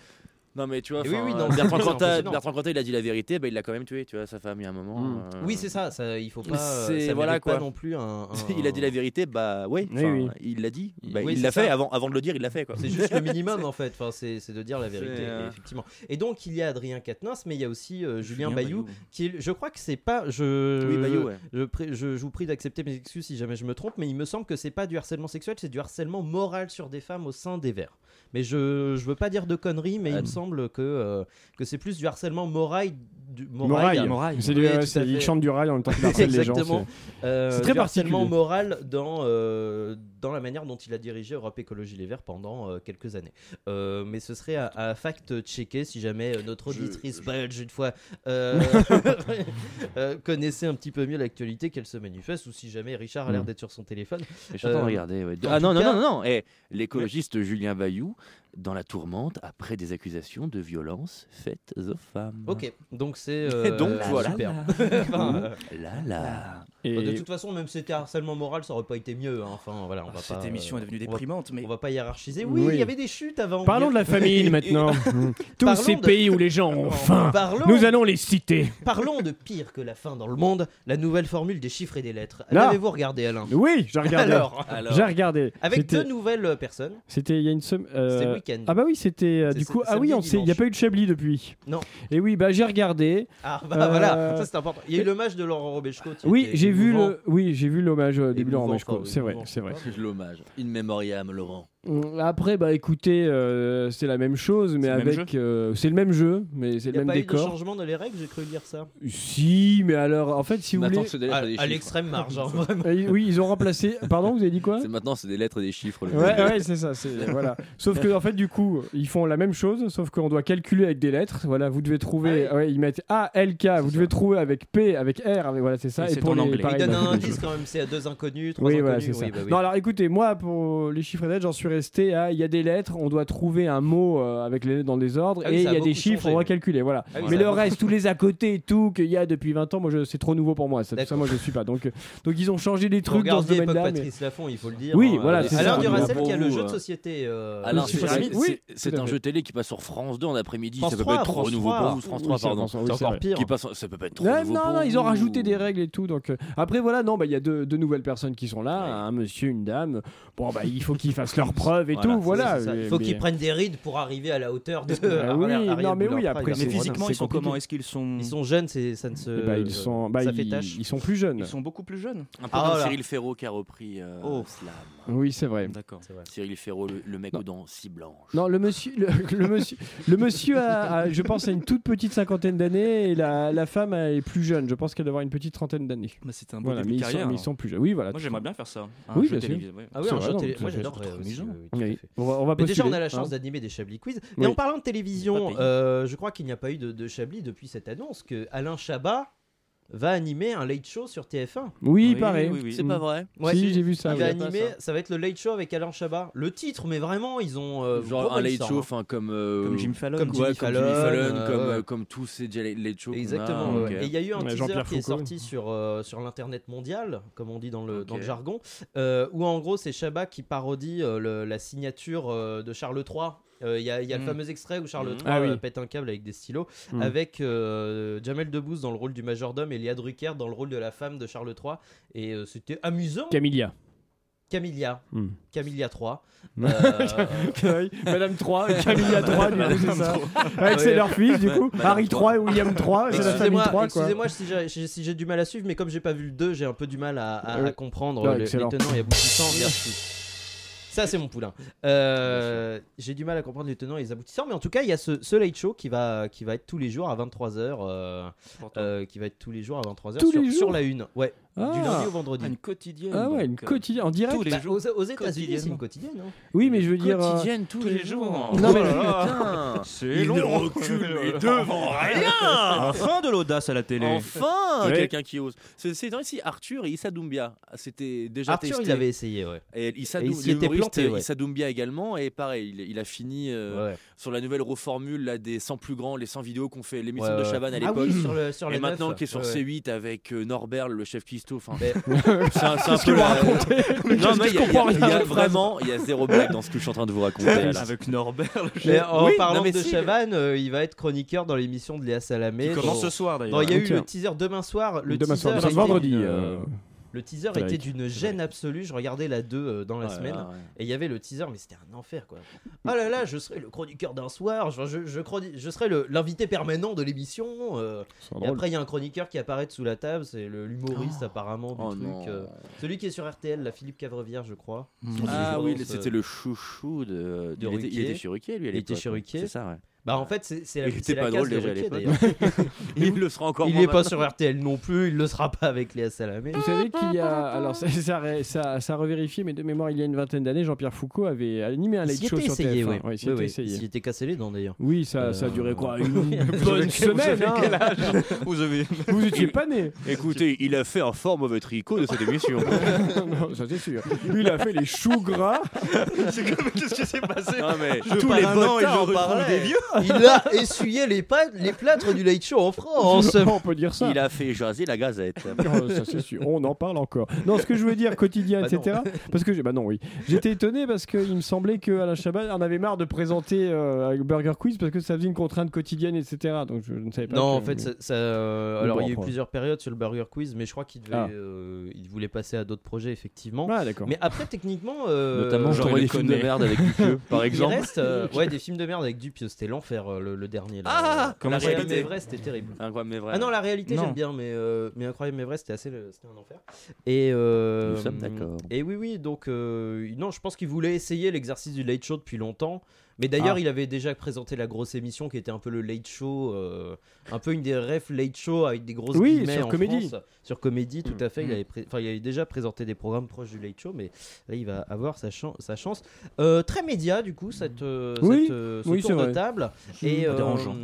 Speaker 1: Non, mais tu vois,
Speaker 4: Et oui,
Speaker 1: enfin,
Speaker 4: oui,
Speaker 1: euh,
Speaker 4: non,
Speaker 1: Bertrand,
Speaker 4: c'est
Speaker 1: Cantat,
Speaker 4: impressionnant.
Speaker 1: Bertrand Cantat, il a dit la vérité, bah, il l'a quand même tué, tu vois, sa femme, il y a un moment.
Speaker 3: Mm.
Speaker 1: euh,
Speaker 4: Hmm. Oui, c'est ça, ça. Il faut pas. euh,
Speaker 1: C'est-
Speaker 4: ça
Speaker 1: voilà,
Speaker 4: mérite pas
Speaker 1: quoi.
Speaker 4: non plus un.
Speaker 1: *laughs*
Speaker 4: un-
Speaker 1: Il a dit la vérité, bah ouais,
Speaker 3: Oui,
Speaker 1: enfin,
Speaker 3: oui.
Speaker 1: il l'a dit, bah,
Speaker 4: Oui,
Speaker 1: il
Speaker 4: c'est
Speaker 1: l'a
Speaker 4: ça.
Speaker 1: fait avant, avant de le dire, il l'a fait quoi.
Speaker 4: *laughs* C'est
Speaker 1: *laughs*
Speaker 4: juste le minimum en fait. Enfin, c'est c'est de dire la
Speaker 1: C'est,
Speaker 4: vérité,
Speaker 1: euh,
Speaker 4: et effectivement. Et donc il y a Adrien Quatennens, mais il y a aussi euh, Julien,
Speaker 5: Julien
Speaker 4: Bayou,
Speaker 5: Bayou.
Speaker 4: qui est, je crois que c'est pas. Je,
Speaker 1: Oui, Bayou, ouais.
Speaker 4: je, pré- je- je vous prie d'accepter mes excuses si jamais je me trompe, mais il me semble que c'est pas du harcèlement sexuel, c'est du harcèlement moral sur des femmes au sein des Verts. Mais je, je veux pas dire de conneries, mais il me semble que, euh, que c'est plus du harcèlement moral. Du,
Speaker 3: Morail. C'est du-
Speaker 4: Oui,
Speaker 3: euh,
Speaker 4: tout
Speaker 3: c'est-
Speaker 4: à
Speaker 3: il
Speaker 4: fait.
Speaker 3: chante du rail en même temps qu'il harcèle les gens.
Speaker 4: *laughs* Exactement. Euh,
Speaker 3: c'est très
Speaker 4: du harcèlement
Speaker 3: particulier.
Speaker 4: moral dans, euh, dans la manière dont il a dirigé Europe Écologie Les Verts pendant euh, quelques années. Euh, mais ce serait à, à fact checker si jamais euh, notre
Speaker 1: Je-
Speaker 4: auditrice belge, une fois,
Speaker 1: *laughs*
Speaker 4: euh, euh, connaissait un petit peu mieux l'actualité, qu'elle se manifeste, ou si jamais Richard a l'air
Speaker 3: Mm.
Speaker 4: d'être sur son téléphone.
Speaker 1: Mais j'entends
Speaker 4: Euh,
Speaker 1: regarder. ouais.
Speaker 4: dans
Speaker 1: Ah
Speaker 4: tout
Speaker 1: non, non,
Speaker 4: cas-
Speaker 1: non, non, non. Eh, L'écologiste Julien Bayou, dans la tourmente, après des accusations de violence faites aux femmes.
Speaker 3: Mm.
Speaker 1: *laughs*
Speaker 4: Ok, donc c'est.
Speaker 1: Et donc,
Speaker 4: euh,
Speaker 1: voilà.
Speaker 4: Super.
Speaker 1: *laughs*
Speaker 3: Oh,
Speaker 4: Enfin, euh,
Speaker 1: Là, là.
Speaker 3: Et-
Speaker 4: de toute façon, même si c'était harcèlement moral, ça aurait pas été mieux. hein. Enfin, voilà,
Speaker 3: Ah,
Speaker 4: on va
Speaker 5: Cette
Speaker 4: pas,
Speaker 5: émission
Speaker 4: euh,
Speaker 5: est devenue
Speaker 4: on va-
Speaker 5: déprimante, mais.
Speaker 4: On va pas hiérarchiser. Oui, il
Speaker 3: Oui.
Speaker 4: y avait des chutes avant.
Speaker 3: Parlons de la *laughs* famine maintenant. Mm. Tous
Speaker 4: Parlons
Speaker 3: ces
Speaker 4: de-
Speaker 3: pays où les gens ont *laughs* faim.
Speaker 4: Parlons,
Speaker 3: Nous allons les citer.
Speaker 4: Parlons de pire que la fin dans le monde, la nouvelle formule des chiffres et des lettres.
Speaker 3: Là.
Speaker 4: L'avez-vous regardé, Alain
Speaker 3: Oui, j'ai regardé.
Speaker 4: Alors,
Speaker 3: j'ai regardé.
Speaker 4: avec
Speaker 3: C'était-
Speaker 4: deux nouvelles euh, personnes,
Speaker 3: C'était il y a une semaine.
Speaker 4: c'était le week-end.
Speaker 3: Ah bah oui, c'était euh,
Speaker 4: C'est
Speaker 3: du
Speaker 4: sa-
Speaker 3: coup. Ah
Speaker 4: samedi
Speaker 3: oui,
Speaker 4: et
Speaker 3: on sait, il n'y a
Speaker 4: dimanche.
Speaker 3: pas eu de Chablis depuis.
Speaker 4: Non.
Speaker 3: Et oui, bah j'ai regardé.
Speaker 4: Ah bah
Speaker 3: Euh,
Speaker 4: voilà, ça c'est important. Il y a eu le match de Laurent Robesco. qui
Speaker 3: Oui,
Speaker 4: était
Speaker 3: j'ai vu
Speaker 4: émouvant.
Speaker 3: le. Oui, j'ai vu l'hommage euh, des
Speaker 4: Émouvant,
Speaker 3: Laurent Machko.
Speaker 4: enfin,
Speaker 3: C'est vrai,
Speaker 4: émouvant.
Speaker 3: c'est vrai.
Speaker 1: L'hommage. In memoriam, Laurent.
Speaker 3: Mm, Après, bah écoutez, euh, c'est la même chose, mais
Speaker 5: C'est le même
Speaker 3: avec. euh, c'est le même jeu, mais c'est
Speaker 4: Il n'y
Speaker 3: le
Speaker 4: a
Speaker 3: même
Speaker 4: pas eu de
Speaker 3: décor.
Speaker 4: changement dans les règles, j'ai cru lire ça.
Speaker 3: Si, mais alors, en fait, si vous
Speaker 1: Maintenant,
Speaker 3: voulez. Ah,
Speaker 1: c'est des
Speaker 4: À,
Speaker 1: lettres et des
Speaker 4: à
Speaker 1: chiffres.
Speaker 4: l'extrême marge, hein, vraiment.
Speaker 3: Euh, oui, ils ont remplacé. Pardon, vous avez dit quoi
Speaker 1: C'est maintenant, c'est des lettres et des chiffres. le
Speaker 3: Ouais,
Speaker 1: jeu.
Speaker 3: ouais, c'est ça. C'est voilà. Sauf que en fait, du coup, ils font la même chose, sauf qu'on doit calculer avec des lettres. Voilà, vous devez trouver.
Speaker 4: Ah
Speaker 3: ouais, ils mettent A, L, K. Vous devez trouver avec P, avec R. avec- voilà, c'est ça.
Speaker 5: Et
Speaker 3: Et,
Speaker 5: c'est
Speaker 3: pour
Speaker 5: en
Speaker 3: les-
Speaker 5: anglais.
Speaker 3: pareil,
Speaker 4: Il donne
Speaker 3: la
Speaker 4: un
Speaker 3: même chose.
Speaker 4: indice quand même, c'est à deux inconnus, trois
Speaker 3: Oui, voilà,
Speaker 4: inconnus.
Speaker 3: c'est ça.
Speaker 4: oui, bah oui.
Speaker 3: Non, alors écoutez, moi, pour les chiffres et lettres, j'en suis resté à. Il y a des lettres, on doit trouver un mot euh, avec les lettres dans les ordres,
Speaker 4: Ah oui,
Speaker 3: et
Speaker 4: ça
Speaker 3: il
Speaker 4: a
Speaker 3: y a des
Speaker 4: beaucoup
Speaker 3: chiffres,
Speaker 4: changé,
Speaker 3: on doit
Speaker 4: oui.
Speaker 3: calculer. Voilà.
Speaker 4: Ah oui,
Speaker 3: Mais
Speaker 4: ça
Speaker 3: le reste, tous les à côté et tout, qu'il y a depuis 20 ans, moi, je- c'est trop nouveau pour moi. Ça, tout ça,
Speaker 4: D'accord.
Speaker 3: moi, je suis pas. Donc, euh, donc ils ont changé des trucs dans ce
Speaker 4: Regardez époque
Speaker 3: domaine-là. mais-
Speaker 4: Patrice Laffont, il faut le dire.
Speaker 3: Oui,
Speaker 4: hein,
Speaker 3: voilà,
Speaker 4: euh,
Speaker 3: c'est ça.
Speaker 4: Alain
Speaker 3: Pour
Speaker 4: Duracell qui a le
Speaker 1: vous,
Speaker 4: jeu de
Speaker 1: euh,
Speaker 4: société. euh,
Speaker 1: Alain,
Speaker 4: sur
Speaker 1: c'est
Speaker 4: la
Speaker 1: c'est-
Speaker 4: liste.
Speaker 3: oui,
Speaker 1: c'est- c'est
Speaker 3: tout à
Speaker 1: un
Speaker 3: fait.
Speaker 1: jeu télé qui passe sur France 2 en après-midi.
Speaker 4: France
Speaker 1: Ça peut pas
Speaker 4: 3,
Speaker 1: être trop
Speaker 4: France
Speaker 1: nouveau
Speaker 4: 3.
Speaker 1: pour vous. France
Speaker 3: Oui,
Speaker 1: 3,
Speaker 3: c'est
Speaker 1: pardon.
Speaker 3: François, oui,
Speaker 4: C'est
Speaker 3: c'est
Speaker 4: encore
Speaker 3: vrai.
Speaker 4: pire.
Speaker 1: Qui passe... Ça peut pas être trop
Speaker 3: Ouais,
Speaker 1: nouveau
Speaker 3: non,
Speaker 1: pour
Speaker 3: non, ils ont
Speaker 1: vous.
Speaker 3: rajouté des règles et tout. Donc euh, hein, après, voilà, non, bah il y a deux, deux nouvelles personnes qui sont là, un monsieur, une dame. Bon, bah il faut qu'ils fassent leur preuves et tout, voilà.
Speaker 4: c'est ça. Il faut qu'ils prennent des rides pour arriver à la hauteur *laughs* de.
Speaker 3: *laughs* Ah oui,
Speaker 4: à- à- à-
Speaker 3: non, mais
Speaker 4: de leur
Speaker 3: oui,
Speaker 4: prime.
Speaker 3: après, c'est- c'est compliqué.
Speaker 5: qu'ils sont
Speaker 4: Ils sont jeunes, c'est ça ne se.
Speaker 3: Eh ben, ils sont, bah,
Speaker 4: euh, ça fait
Speaker 3: ils-
Speaker 4: tâche.
Speaker 3: ils sont plus jeunes.
Speaker 5: Ils sont beaucoup plus jeunes.
Speaker 1: Un peu
Speaker 4: Ah,
Speaker 1: comme
Speaker 4: voilà.
Speaker 1: Cyril Ferraud qui a repris euh,
Speaker 5: Oh.
Speaker 1: Slam.
Speaker 3: Oui, c'est vrai.
Speaker 5: D'accord.
Speaker 1: Cyril Ferraud, le, le mec aux dents si blanches.
Speaker 3: Non, le monsieur, le, le monsieur, le monsieur a, a- je pense, a une toute petite cinquantaine d'années et la, la femme elle est plus jeune. Je pense qu'elle doit avoir une petite trentaine d'années.
Speaker 5: Mais c'est Bah, un beau
Speaker 3: voilà, mais
Speaker 5: début de
Speaker 3: ils sont-
Speaker 5: carrière,
Speaker 3: mais ils
Speaker 5: hein.
Speaker 3: sont plus jeunes. Oui, voilà.
Speaker 5: Moi, j'aimerais bien faire ça. Un
Speaker 3: oui,
Speaker 5: jeu
Speaker 3: bien sûr.
Speaker 5: télévisé, ouais.
Speaker 4: Ah oui,
Speaker 3: C'est
Speaker 4: un
Speaker 3: vrai,
Speaker 4: jeu
Speaker 3: non,
Speaker 4: télé-
Speaker 3: tout à
Speaker 4: Moi,
Speaker 3: fait.
Speaker 4: j'adore. euh, aussi, oui, tout à
Speaker 3: Oui.
Speaker 4: fait.
Speaker 3: On va, on va
Speaker 4: Mais déjà, on
Speaker 3: postuler,
Speaker 4: a la
Speaker 3: hein.
Speaker 4: chance d'animer des Chablis Quiz.
Speaker 3: Oui.
Speaker 4: Et en parlant de télévision,
Speaker 3: Pas payé.
Speaker 4: euh, je crois qu'il n'y a pas eu de, de Chablis depuis cette annonce que Alain Chabat va animer un late show sur TF1.
Speaker 3: Oui, il Oui, paraît. oui, oui.
Speaker 1: C'est pas vrai.
Speaker 4: Ouais,
Speaker 3: Si,
Speaker 4: si.
Speaker 3: j'ai vu ça,
Speaker 4: Il
Speaker 3: oui.
Speaker 4: va
Speaker 3: Pas
Speaker 4: animer, ça va être le late show avec Alain Chabat. Le titre, mais vraiment, ils ont. euh,
Speaker 1: Genre
Speaker 4: vraiment,
Speaker 1: un
Speaker 4: ils
Speaker 1: late
Speaker 4: sortent,
Speaker 1: show,
Speaker 4: hein.
Speaker 1: enfin comme, euh,
Speaker 4: Comme Jimmy Fallon.
Speaker 1: comme Jimmy
Speaker 4: Jimmy
Speaker 1: Fallon,
Speaker 4: Fallon,
Speaker 1: comme,
Speaker 4: euh,
Speaker 1: euh,
Speaker 4: ouais.
Speaker 1: comme tous ces ja- late shows. qu'on a,
Speaker 4: Exactement.
Speaker 5: Ah,
Speaker 1: ok.
Speaker 4: ouais. Et il y a eu un
Speaker 1: Ouais,
Speaker 4: teaser
Speaker 1: Jean-Pierre
Speaker 4: qui est
Speaker 1: Foucault.
Speaker 4: sorti sur, euh, sur l'internet mondial, comme on dit dans le, dans le jargon, euh, où en gros c'est Chabat qui parodie euh, le- la signature euh, de Charles III. Euh, Il y a, il y a le
Speaker 5: Mm.
Speaker 4: fameux extrait où Charles
Speaker 5: Mm.
Speaker 4: III
Speaker 5: Ah oui.
Speaker 4: euh, pète un câble avec des stylos,
Speaker 5: Mm.
Speaker 4: avec euh, Jamel Debbouze dans le rôle du majordome et Lia Drucker dans le rôle de la femme de Charles III. Et euh, c'était amusant. *laughs*
Speaker 3: Camilla.
Speaker 4: Camilla.
Speaker 3: Mm.
Speaker 4: Camilla 3. Euh,
Speaker 3: Madame *laughs* 3, Camilla 3, du coup, c'est ça. Avec
Speaker 4: Ah Ouais.
Speaker 3: c'est leur fils, du coup.
Speaker 4: Madame
Speaker 3: Harry 3 et William 3, c'est la famille
Speaker 4: Excusez-moi,
Speaker 3: 3, quoi.
Speaker 4: Excusez-moi si j'ai- si j'ai si j'ai du mal à suivre, mais comme j'ai pas vu le 2, j'ai un peu du mal à, à- à
Speaker 3: Ouais.
Speaker 4: comprendre
Speaker 3: Euh, Ouais,
Speaker 4: le, les
Speaker 3: excellent.
Speaker 4: tenants et aboutissants. Merci. Ça, c'est mon poulain. Euh, j'ai du mal à comprendre les tenants et les aboutissants, mais en tout cas, il y a ce, ce late show qui va, qui va être tous les jours à 23h. euh, euh, qui va être tous les jours à 23h
Speaker 3: Tous
Speaker 4: sur,
Speaker 3: les
Speaker 4: sur
Speaker 3: jours
Speaker 4: la une. Ouais, du
Speaker 3: Ah.
Speaker 4: lundi au vendredi.
Speaker 1: Ah, une quotidienne.
Speaker 3: Ah ouais, une
Speaker 1: donc, euh,
Speaker 3: quotidienne, en direct.
Speaker 4: Tous les jours. aux, aux États-Unis,
Speaker 1: Quotidienne.
Speaker 4: c'est une quotidienne. hein.
Speaker 3: Oui, mais je veux dire. euh,
Speaker 1: Quotidienne tous, les jours. hein. Oh
Speaker 3: Non, mais-
Speaker 1: putain,
Speaker 5: C'est
Speaker 1: il ne
Speaker 5: long.
Speaker 1: recule
Speaker 4: *laughs*
Speaker 1: mais devant rien.
Speaker 5: Enfin de l'audace à la télé.
Speaker 1: Enfin,
Speaker 5: Oui.
Speaker 1: quelqu'un qui ose. C'est c'est vrai si Arthur et Issa Doumbia, c'était déjà
Speaker 4: Arthur,
Speaker 1: testé.
Speaker 4: il avait essayé, ouais.
Speaker 1: Et Issa,
Speaker 4: Et il
Speaker 1: Dou-
Speaker 4: s'y était
Speaker 1: l'humoriste,
Speaker 4: planté, ouais.
Speaker 1: Issa Doumbia également, et pareil, il, il a fini euh,
Speaker 4: Ouais.
Speaker 1: sur la nouvelle reformule là, des 100 plus grands, les 100 vidéos qu'on fait, l'émission
Speaker 4: Ouais,
Speaker 1: de
Speaker 4: ouais.
Speaker 1: Chaban à
Speaker 4: Ah
Speaker 1: l'époque.
Speaker 4: oui, sur le- sur
Speaker 1: et
Speaker 4: les
Speaker 1: maintenant
Speaker 4: neuf.
Speaker 1: qui est sur
Speaker 4: Ouais, ouais.
Speaker 1: C8 avec euh, Norbert, le chef Kisto. enfin,
Speaker 4: Mais-
Speaker 1: *laughs* C'est un, c'est un
Speaker 4: Qu'est-ce que
Speaker 1: peu
Speaker 4: vous
Speaker 1: la-
Speaker 4: racontez
Speaker 1: Non,
Speaker 4: Qu'est-ce
Speaker 1: mais il y
Speaker 4: qu'on
Speaker 1: a- il y a-
Speaker 4: parle
Speaker 1: il y a
Speaker 4: de
Speaker 1: vraiment, il y a zéro blague dans ce que je suis en train de vous raconter. là.
Speaker 5: Avec Norbert, le
Speaker 4: Mais
Speaker 5: chef.
Speaker 4: en
Speaker 5: Oui,
Speaker 4: parlant
Speaker 5: non, mais
Speaker 4: de
Speaker 5: si.
Speaker 4: Chavannes, euh, il va être chroniqueur dans l'émission de Léa Salamé.
Speaker 5: Qui commence
Speaker 4: dont-
Speaker 5: ce soir, d'ailleurs.
Speaker 4: dont Il y a eu
Speaker 5: Ok.
Speaker 4: le teaser demain soir. Le
Speaker 3: Demain soir,
Speaker 4: teaser
Speaker 3: demain
Speaker 4: était
Speaker 3: vendredi,
Speaker 4: d'une,
Speaker 3: euh,
Speaker 4: Le teaser
Speaker 3: Frédéric.
Speaker 4: était d'une gêne absolue. Je regardais la 2 euh, dans la
Speaker 1: Ouais,
Speaker 4: semaine
Speaker 1: ouais, ouais.
Speaker 4: et il y avait le teaser, mais c'était un enfer quoi. Ah là là, je serai le chroniqueur d'un soir. Je, je, je, chroni- je serai le- l'invité permanent de l'émission. euh,
Speaker 3: sera
Speaker 4: et
Speaker 3: drôle.
Speaker 4: après, il y a un chroniqueur qui apparaît de sous la table. C'est le- l'humoriste apparemment du
Speaker 1: Oh non.
Speaker 4: truc. euh, celui qui est sur RTL, la Philippe Cavrevière, je crois.
Speaker 3: Mmh.
Speaker 1: Ah
Speaker 4: Qui
Speaker 1: oui,
Speaker 4: lance,
Speaker 1: c'était
Speaker 4: euh,
Speaker 1: le chouchou de,
Speaker 4: de
Speaker 1: il, était, il
Speaker 4: Ruquier.
Speaker 1: était chez Ruquier, lui, à
Speaker 4: Il était
Speaker 1: l'époque.
Speaker 4: chez Ruquier.
Speaker 1: C'est ça, ouais.
Speaker 4: Bah en fait c'est c'est la,
Speaker 1: Il
Speaker 4: c'est
Speaker 1: était
Speaker 4: la
Speaker 1: pas
Speaker 4: case
Speaker 1: drôle
Speaker 4: de
Speaker 1: déjà à
Speaker 4: Ruquier,
Speaker 1: l'époque.
Speaker 4: d'ailleurs.
Speaker 1: Il le sera
Speaker 4: *laughs*
Speaker 1: encore
Speaker 4: Il
Speaker 1: moins
Speaker 4: n'est pas
Speaker 1: maintenant.
Speaker 4: sur RTL non plus, il le sera pas avec Léa Salamé.
Speaker 3: Vous savez qu'il y a. Alors, ça, ça, ré- ça, ça a revérifié, mais de mémoire, il y a une vingtaine d'années, Jean-Pierre Foucault avait animé un
Speaker 4: Il
Speaker 3: late
Speaker 4: s'y
Speaker 3: show
Speaker 4: était
Speaker 3: sur
Speaker 4: essayé,
Speaker 3: TF1.
Speaker 4: oui.
Speaker 3: Ouais, il s'y
Speaker 4: Oui,
Speaker 3: était
Speaker 4: oui.
Speaker 3: essayé.
Speaker 4: Il s'y était cassé les dents d'ailleurs.
Speaker 3: Oui, ça, ça a
Speaker 4: Euh,
Speaker 3: duré quoi Une
Speaker 4: *laughs* Vous
Speaker 3: bonne
Speaker 4: avez-
Speaker 3: semaine
Speaker 4: vous avez
Speaker 3: hein.
Speaker 4: quel âge
Speaker 3: *laughs*
Speaker 5: Vous avez.
Speaker 3: Vous étiez pas né *laughs*
Speaker 1: Écoutez, il a fait un fort mauvais tricot de
Speaker 4: *laughs*
Speaker 1: cette émission.
Speaker 3: Non, ça c'est sûr. Lui, il a fait les choux gras.
Speaker 5: Qu'est-ce qui s'est passé
Speaker 1: Non, mais
Speaker 5: tous les ans et je retrouve des vieux.
Speaker 4: *laughs* Il a essuyé les, pa- les plâtres du late show en *laughs* France.
Speaker 3: *laughs* On peut dire ça.
Speaker 1: il a fait jaser la
Speaker 4: Euh,
Speaker 1: gazette.
Speaker 3: Non, Hein, ça c'est sûr. On en parle encore. Non, ce que je voulais dire quotidien,
Speaker 4: *laughs* Bah non.
Speaker 3: etc. Parce que j'ai, bah non, oui. J'étais étonné parce qu'il me semblait que Alain Chabat en avait marre de présenter euh, avec Burger Quiz parce que ça faisait une contrainte quotidienne, etc. Donc je ne savais pas.
Speaker 4: Non,
Speaker 3: que-
Speaker 4: en fait, ça, ça, euh,
Speaker 3: Mais
Speaker 4: alors
Speaker 3: bon,
Speaker 4: il y a eu
Speaker 3: après.
Speaker 4: plusieurs périodes sur le Burger Quiz, mais je crois qu'il devait,
Speaker 3: Ah.
Speaker 4: euh, il voulait passer à d'autres projets effectivement.
Speaker 3: Ah, d'accord.
Speaker 4: Mais après, techniquement, euh,
Speaker 1: Notamment,
Speaker 5: genre,
Speaker 1: j'aurais
Speaker 5: il
Speaker 1: des
Speaker 5: le
Speaker 1: films de
Speaker 5: connaît.
Speaker 1: merde avec Dupieux, par
Speaker 4: il
Speaker 1: exemple.
Speaker 4: reste,
Speaker 1: *laughs*
Speaker 4: euh, ouais, des films de merde avec Dupieux, c'était l'enfer euh, le, le dernier. Là.
Speaker 1: Ah,
Speaker 4: Euh,
Speaker 1: comme
Speaker 4: la
Speaker 1: la
Speaker 4: réalité
Speaker 1: réalité.
Speaker 4: est vraie, c'était terrible.
Speaker 1: Incroyable, mais vrai.
Speaker 4: Ah non, la réalité,
Speaker 5: Non.
Speaker 4: j'aime bien, mais, euh, mais Incroyable mais vrai, c'était assez le- c'était un enfer. Et euh,
Speaker 1: Nous sommes d'accord.
Speaker 4: Et oui, oui, donc euh, non, je pense qu'il voulait essayer l'exercice du late show depuis longtemps. Mais d'ailleurs,
Speaker 3: Ah.
Speaker 4: il avait déjà présenté la grosse émission qui était un peu le late show, euh, un peu une des refs late show avec des grosses
Speaker 3: Oui,
Speaker 4: guillemets
Speaker 3: sur
Speaker 4: en
Speaker 3: Comédie.
Speaker 4: France. Sur comédie, tout à fait.
Speaker 5: Mm.
Speaker 4: Il, avait pré- enfin, il avait déjà présenté des programmes proches du late show, mais là, il va avoir sa, chan- sa chance. Euh, très média, du coup, cette, euh,
Speaker 3: Oui,
Speaker 4: cette, euh, ce
Speaker 3: oui,
Speaker 4: tour
Speaker 3: c'est
Speaker 4: de
Speaker 3: vrai.
Speaker 4: table. Et,
Speaker 5: Hmm, Pas
Speaker 4: euh,
Speaker 5: dérangeant.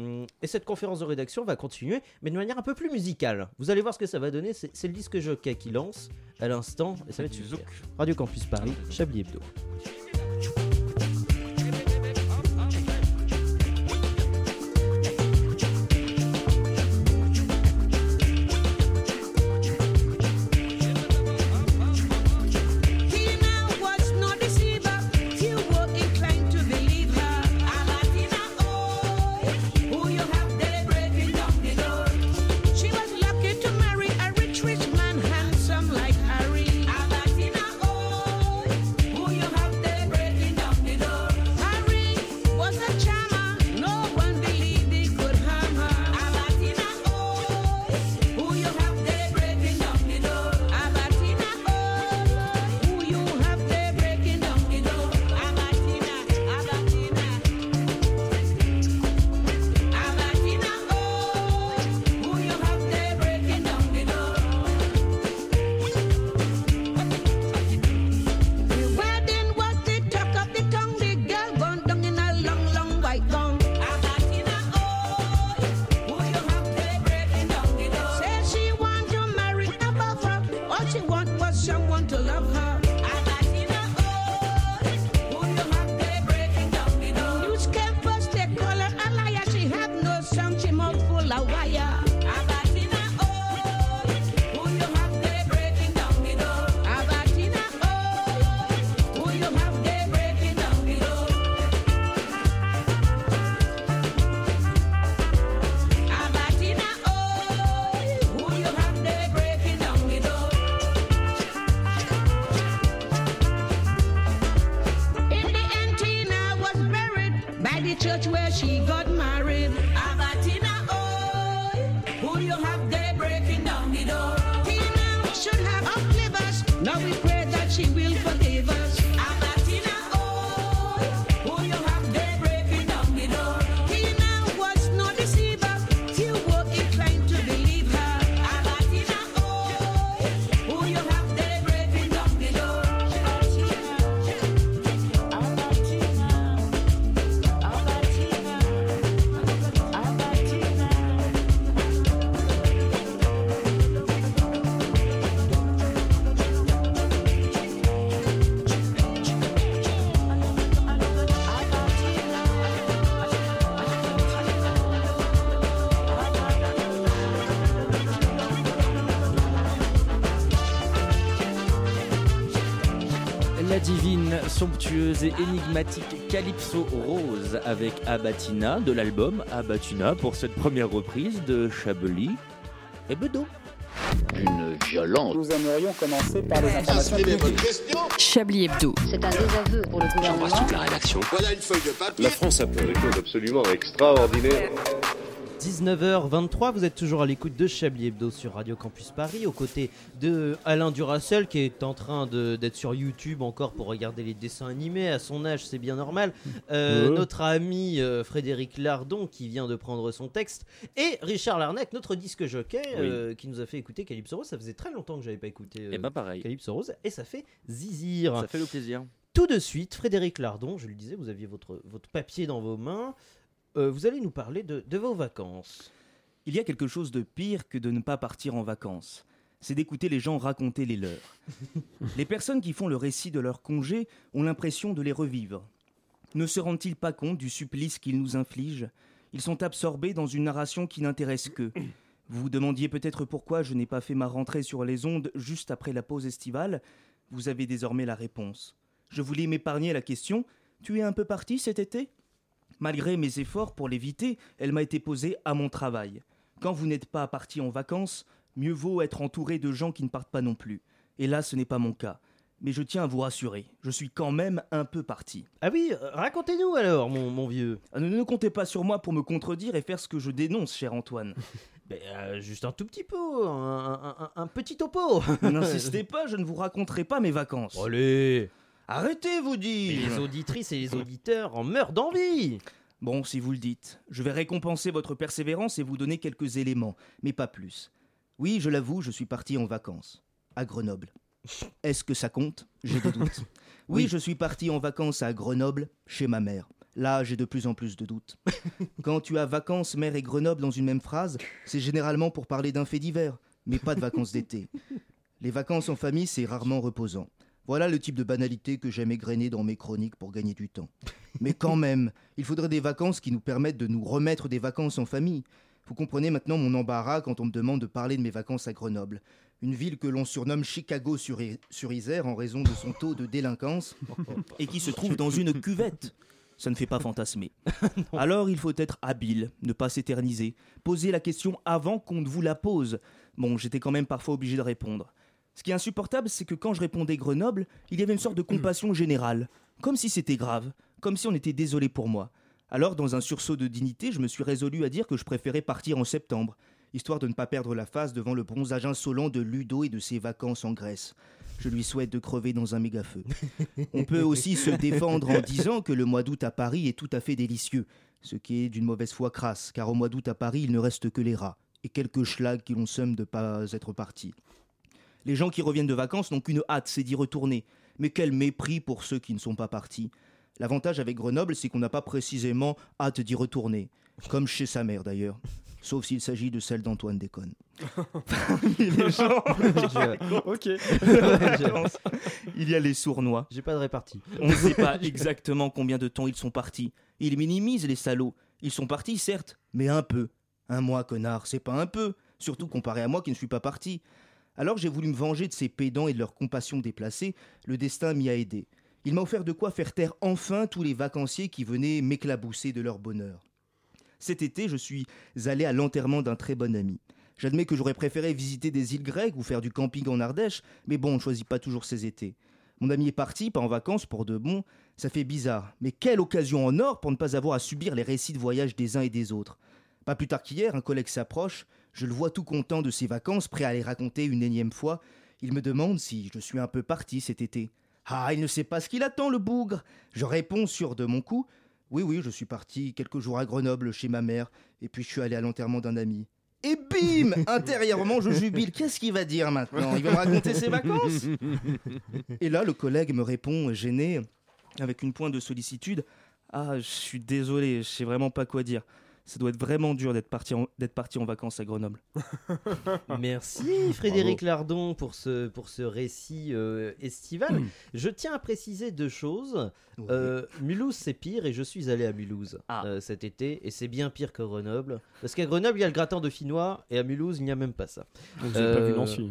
Speaker 4: et cette conférence de rédaction va continuer, mais de manière un peu plus musicale. Vous allez voir ce que ça va donner. C'est c'est le disque jockey qui lance à l'instant, et ça va être super. Radio Campus Paris, Chablis Hebdo.
Speaker 11: Handsome like Harry, Alatina, oh, who you have there?
Speaker 17: she will forgive us. I'm not in a oath. Oh, you have been breaking down the door. Tina was not deceiver. You were inclined to believe her. I'm not in a oath. Oh, you have been breaking down the door.
Speaker 16: La divine, somptueuse et énigmatique Calypso Rose avec Abatina de l'album Abatina pour cette première reprise de Chablis et Bedeau.
Speaker 7: Une violence.
Speaker 10: Nous aimerions commencer par les informations publiques.
Speaker 14: Chablis Hebdo.
Speaker 11: C'est un désaveu pour le gouvernement.
Speaker 12: la rédaction. Voilà une feuille de papier. La France a fait des choses absolument extraordinaires.
Speaker 4: 19h23, vous êtes toujours à l'écoute de Chablis Hebdo sur Radio Campus Paris, aux côtés de Alain Duracel qui est en train de- d'être sur YouTube encore pour regarder les dessins animés. À son âge, c'est bien normal. Euh,
Speaker 3: Ouais.
Speaker 4: Notre ami euh, Frédéric Lardon qui vient de prendre son texte et Richard Larnac, notre disque jockey, euh, qui nous a fait écouter Calypso Rose. Ça faisait très longtemps que j'avais pas écouté euh,
Speaker 16: Et ben pareil.
Speaker 4: Calypso Rose et ça fait zizir.
Speaker 16: Ça fait le plaisir.
Speaker 4: Tout de suite, Frédéric Lardon, je le disais, vous aviez votre, votre papier dans vos mains. Euh, vous allez nous parler de, de vos vacances.
Speaker 5: Il y a quelque chose de pire que de ne pas partir en vacances. C'est d'écouter les gens raconter les leurs. les personnes qui font le récit de leur congé ont l'impression de les revivre. Ne se rendent-ils pas compte du supplice qu'ils nous infligent Ils sont absorbés dans une narration qui n'intéresse qu'eux. Vous vous demandiez peut-être pourquoi je n'ai pas fait ma rentrée sur les ondes juste après la pause estivale. Vous avez désormais la réponse. Je voulais m'épargner la question. Tu es un peu parti cet été Malgré mes efforts pour l'éviter, elle m'a été posée à mon travail. Quand vous n'êtes pas parti en vacances, mieux vaut être entouré de gens qui ne partent pas non plus. Et là, ce n'est pas mon cas. Mais je tiens à vous rassurer, je suis quand même un peu parti. Ah,
Speaker 4: Ah oui, euh, racontez-nous alors, mon, mon vieux.
Speaker 5: Ne, ne comptez pas sur moi pour me contredire et faire ce que je dénonce, cher Antoine.
Speaker 4: Ben, euh, juste un tout petit pot, un, un- un- un petit topo.
Speaker 5: N'insistez pas, je ne vous raconterai pas mes vacances.
Speaker 4: *laughs* Oh Allez
Speaker 5: Arrêtez, vous
Speaker 4: Mais
Speaker 5: dis
Speaker 4: Les auditrices et *laughs* les auditeurs en meurent *laughs* d'envie.
Speaker 5: Bon, si vous le dites, je vais récompenser votre persévérance et vous donner quelques éléments, mais pas plus. Oui, je l'avoue, je suis parti en vacances. À Grenoble. Est-ce que ça compte J'ai des doutes. Oui, je suis parti en vacances à Grenoble, chez ma mère. Là, j'ai de plus en plus de doutes. Quand tu as vacances, mère et Grenoble dans une même phrase, c'est généralement pour parler d'un fait divers, mais pas de vacances d'été. Les vacances en famille, c'est rarement reposant. Voilà le type de banalité que j'aime égrener dans mes chroniques pour gagner du temps. Mais quand même, il faudrait des vacances qui nous permettent de nous remettre des vacances en famille. Vous comprenez maintenant mon embarras quand on me demande de parler de mes vacances à Grenoble, une ville que l'on surnomme Chicago sur, I- sur Isère en raison de son taux de délinquance *laughs* et qui se trouve dans une cuvette. Ça ne fait pas *laughs* fantasmer. Alors il faut être habile, ne pas s'éterniser, poser la question avant qu'on ne vous la pose. Bon, j'étais quand même parfois obligé de répondre. Ce qui est insupportable, c'est que quand je répondais Grenoble, il y avait une sorte de compassion générale, comme si c'était grave, comme si on était désolé pour moi. Alors, dans un sursaut de dignité, je me suis résolu à dire que je préférais partir en septembre, histoire de ne pas perdre la face devant le bronzage insolent de Ludo et de ses vacances en Grèce. Je lui souhaite de crever dans un méga feu. On peut aussi se défendre en disant que le mois d'août à Paris est tout à fait délicieux, ce qui est d'une mauvaise foi crasse, car au mois d'août à Paris, il ne reste que les rats et quelques schlags qui l'on somme de pas être partis. Les gens qui reviennent de vacances n'ont qu'une hâte, c'est d'y retourner. Mais quel mépris pour ceux qui ne sont pas partis. L'avantage avec Grenoble, c'est qu'on n'a pas précisément hâte d'y retourner. Comme chez sa mère d'ailleurs. Sauf s'il s'agit de celle d'Antoine Déconne. Les gens-
Speaker 4: *laughs*
Speaker 3: Ok.
Speaker 5: Il y a les sournois.
Speaker 4: J'ai pas de *laughs* répartie.
Speaker 5: On ne sait pas exactement combien de temps ils sont partis. Ils minimisent les salauds. Ils sont partis, certes, mais un peu. Un mois, connard, c'est pas un peu. Surtout comparé à moi qui ne suis pas parti. Alors j'ai voulu me venger de ces pédants et de leur compassion déplacée. Le destin m'y a aidé. Il m'a offert de quoi faire taire enfin tous les vacanciers qui venaient m'éclabousser de leur bonheur. Cet été, je suis allé à l'enterrement d'un très bon ami. J'admets que j'aurais préféré visiter des îles grecques ou faire du camping en Ardèche, mais bon, on ne choisit pas toujours ses étés. Mon ami est parti, pas en vacances, pour de bon. Ça fait bizarre. Mais quelle occasion en or pour ne pas avoir à subir les récits de voyage des uns et des autres. Pas plus tard qu'hier, un collègue s'approche. Je le vois tout content de ses vacances, prêt à les raconter une énième fois. Il me demande si je suis un peu parti cet été. Ah, il ne sait pas ce qu'il attend, le bougre Je réponds sûr de mon coup. Oui, oui, je suis parti quelques jours à Grenoble chez ma mère, et puis je suis allé à l'enterrement d'un ami. Et bim Intérieurement, je jubile. Qu'est-ce qu'il va dire maintenant Il va me raconter ses vacances Et là, le collègue me répond, gêné, avec une pointe de sollicitude. Ah, je suis désolé, je sais vraiment pas quoi dire. Ça doit être vraiment dur d'être parti, en, d'être parti en vacances à Grenoble.
Speaker 4: Merci Frédéric Lardon pour ce, pour ce récit euh, estival. Je tiens à préciser deux choses. Euh, Mulhouse, c'est pire et je suis allé à Mulhouse euh, cet été et c'est bien pire que Grenoble. Parce qu'à Grenoble, il y a le gratin dauphinois et à Mulhouse, il n'y a même pas ça.
Speaker 3: Vous avez pas
Speaker 4: euh,
Speaker 3: vu
Speaker 4: *laughs*
Speaker 3: Nancy.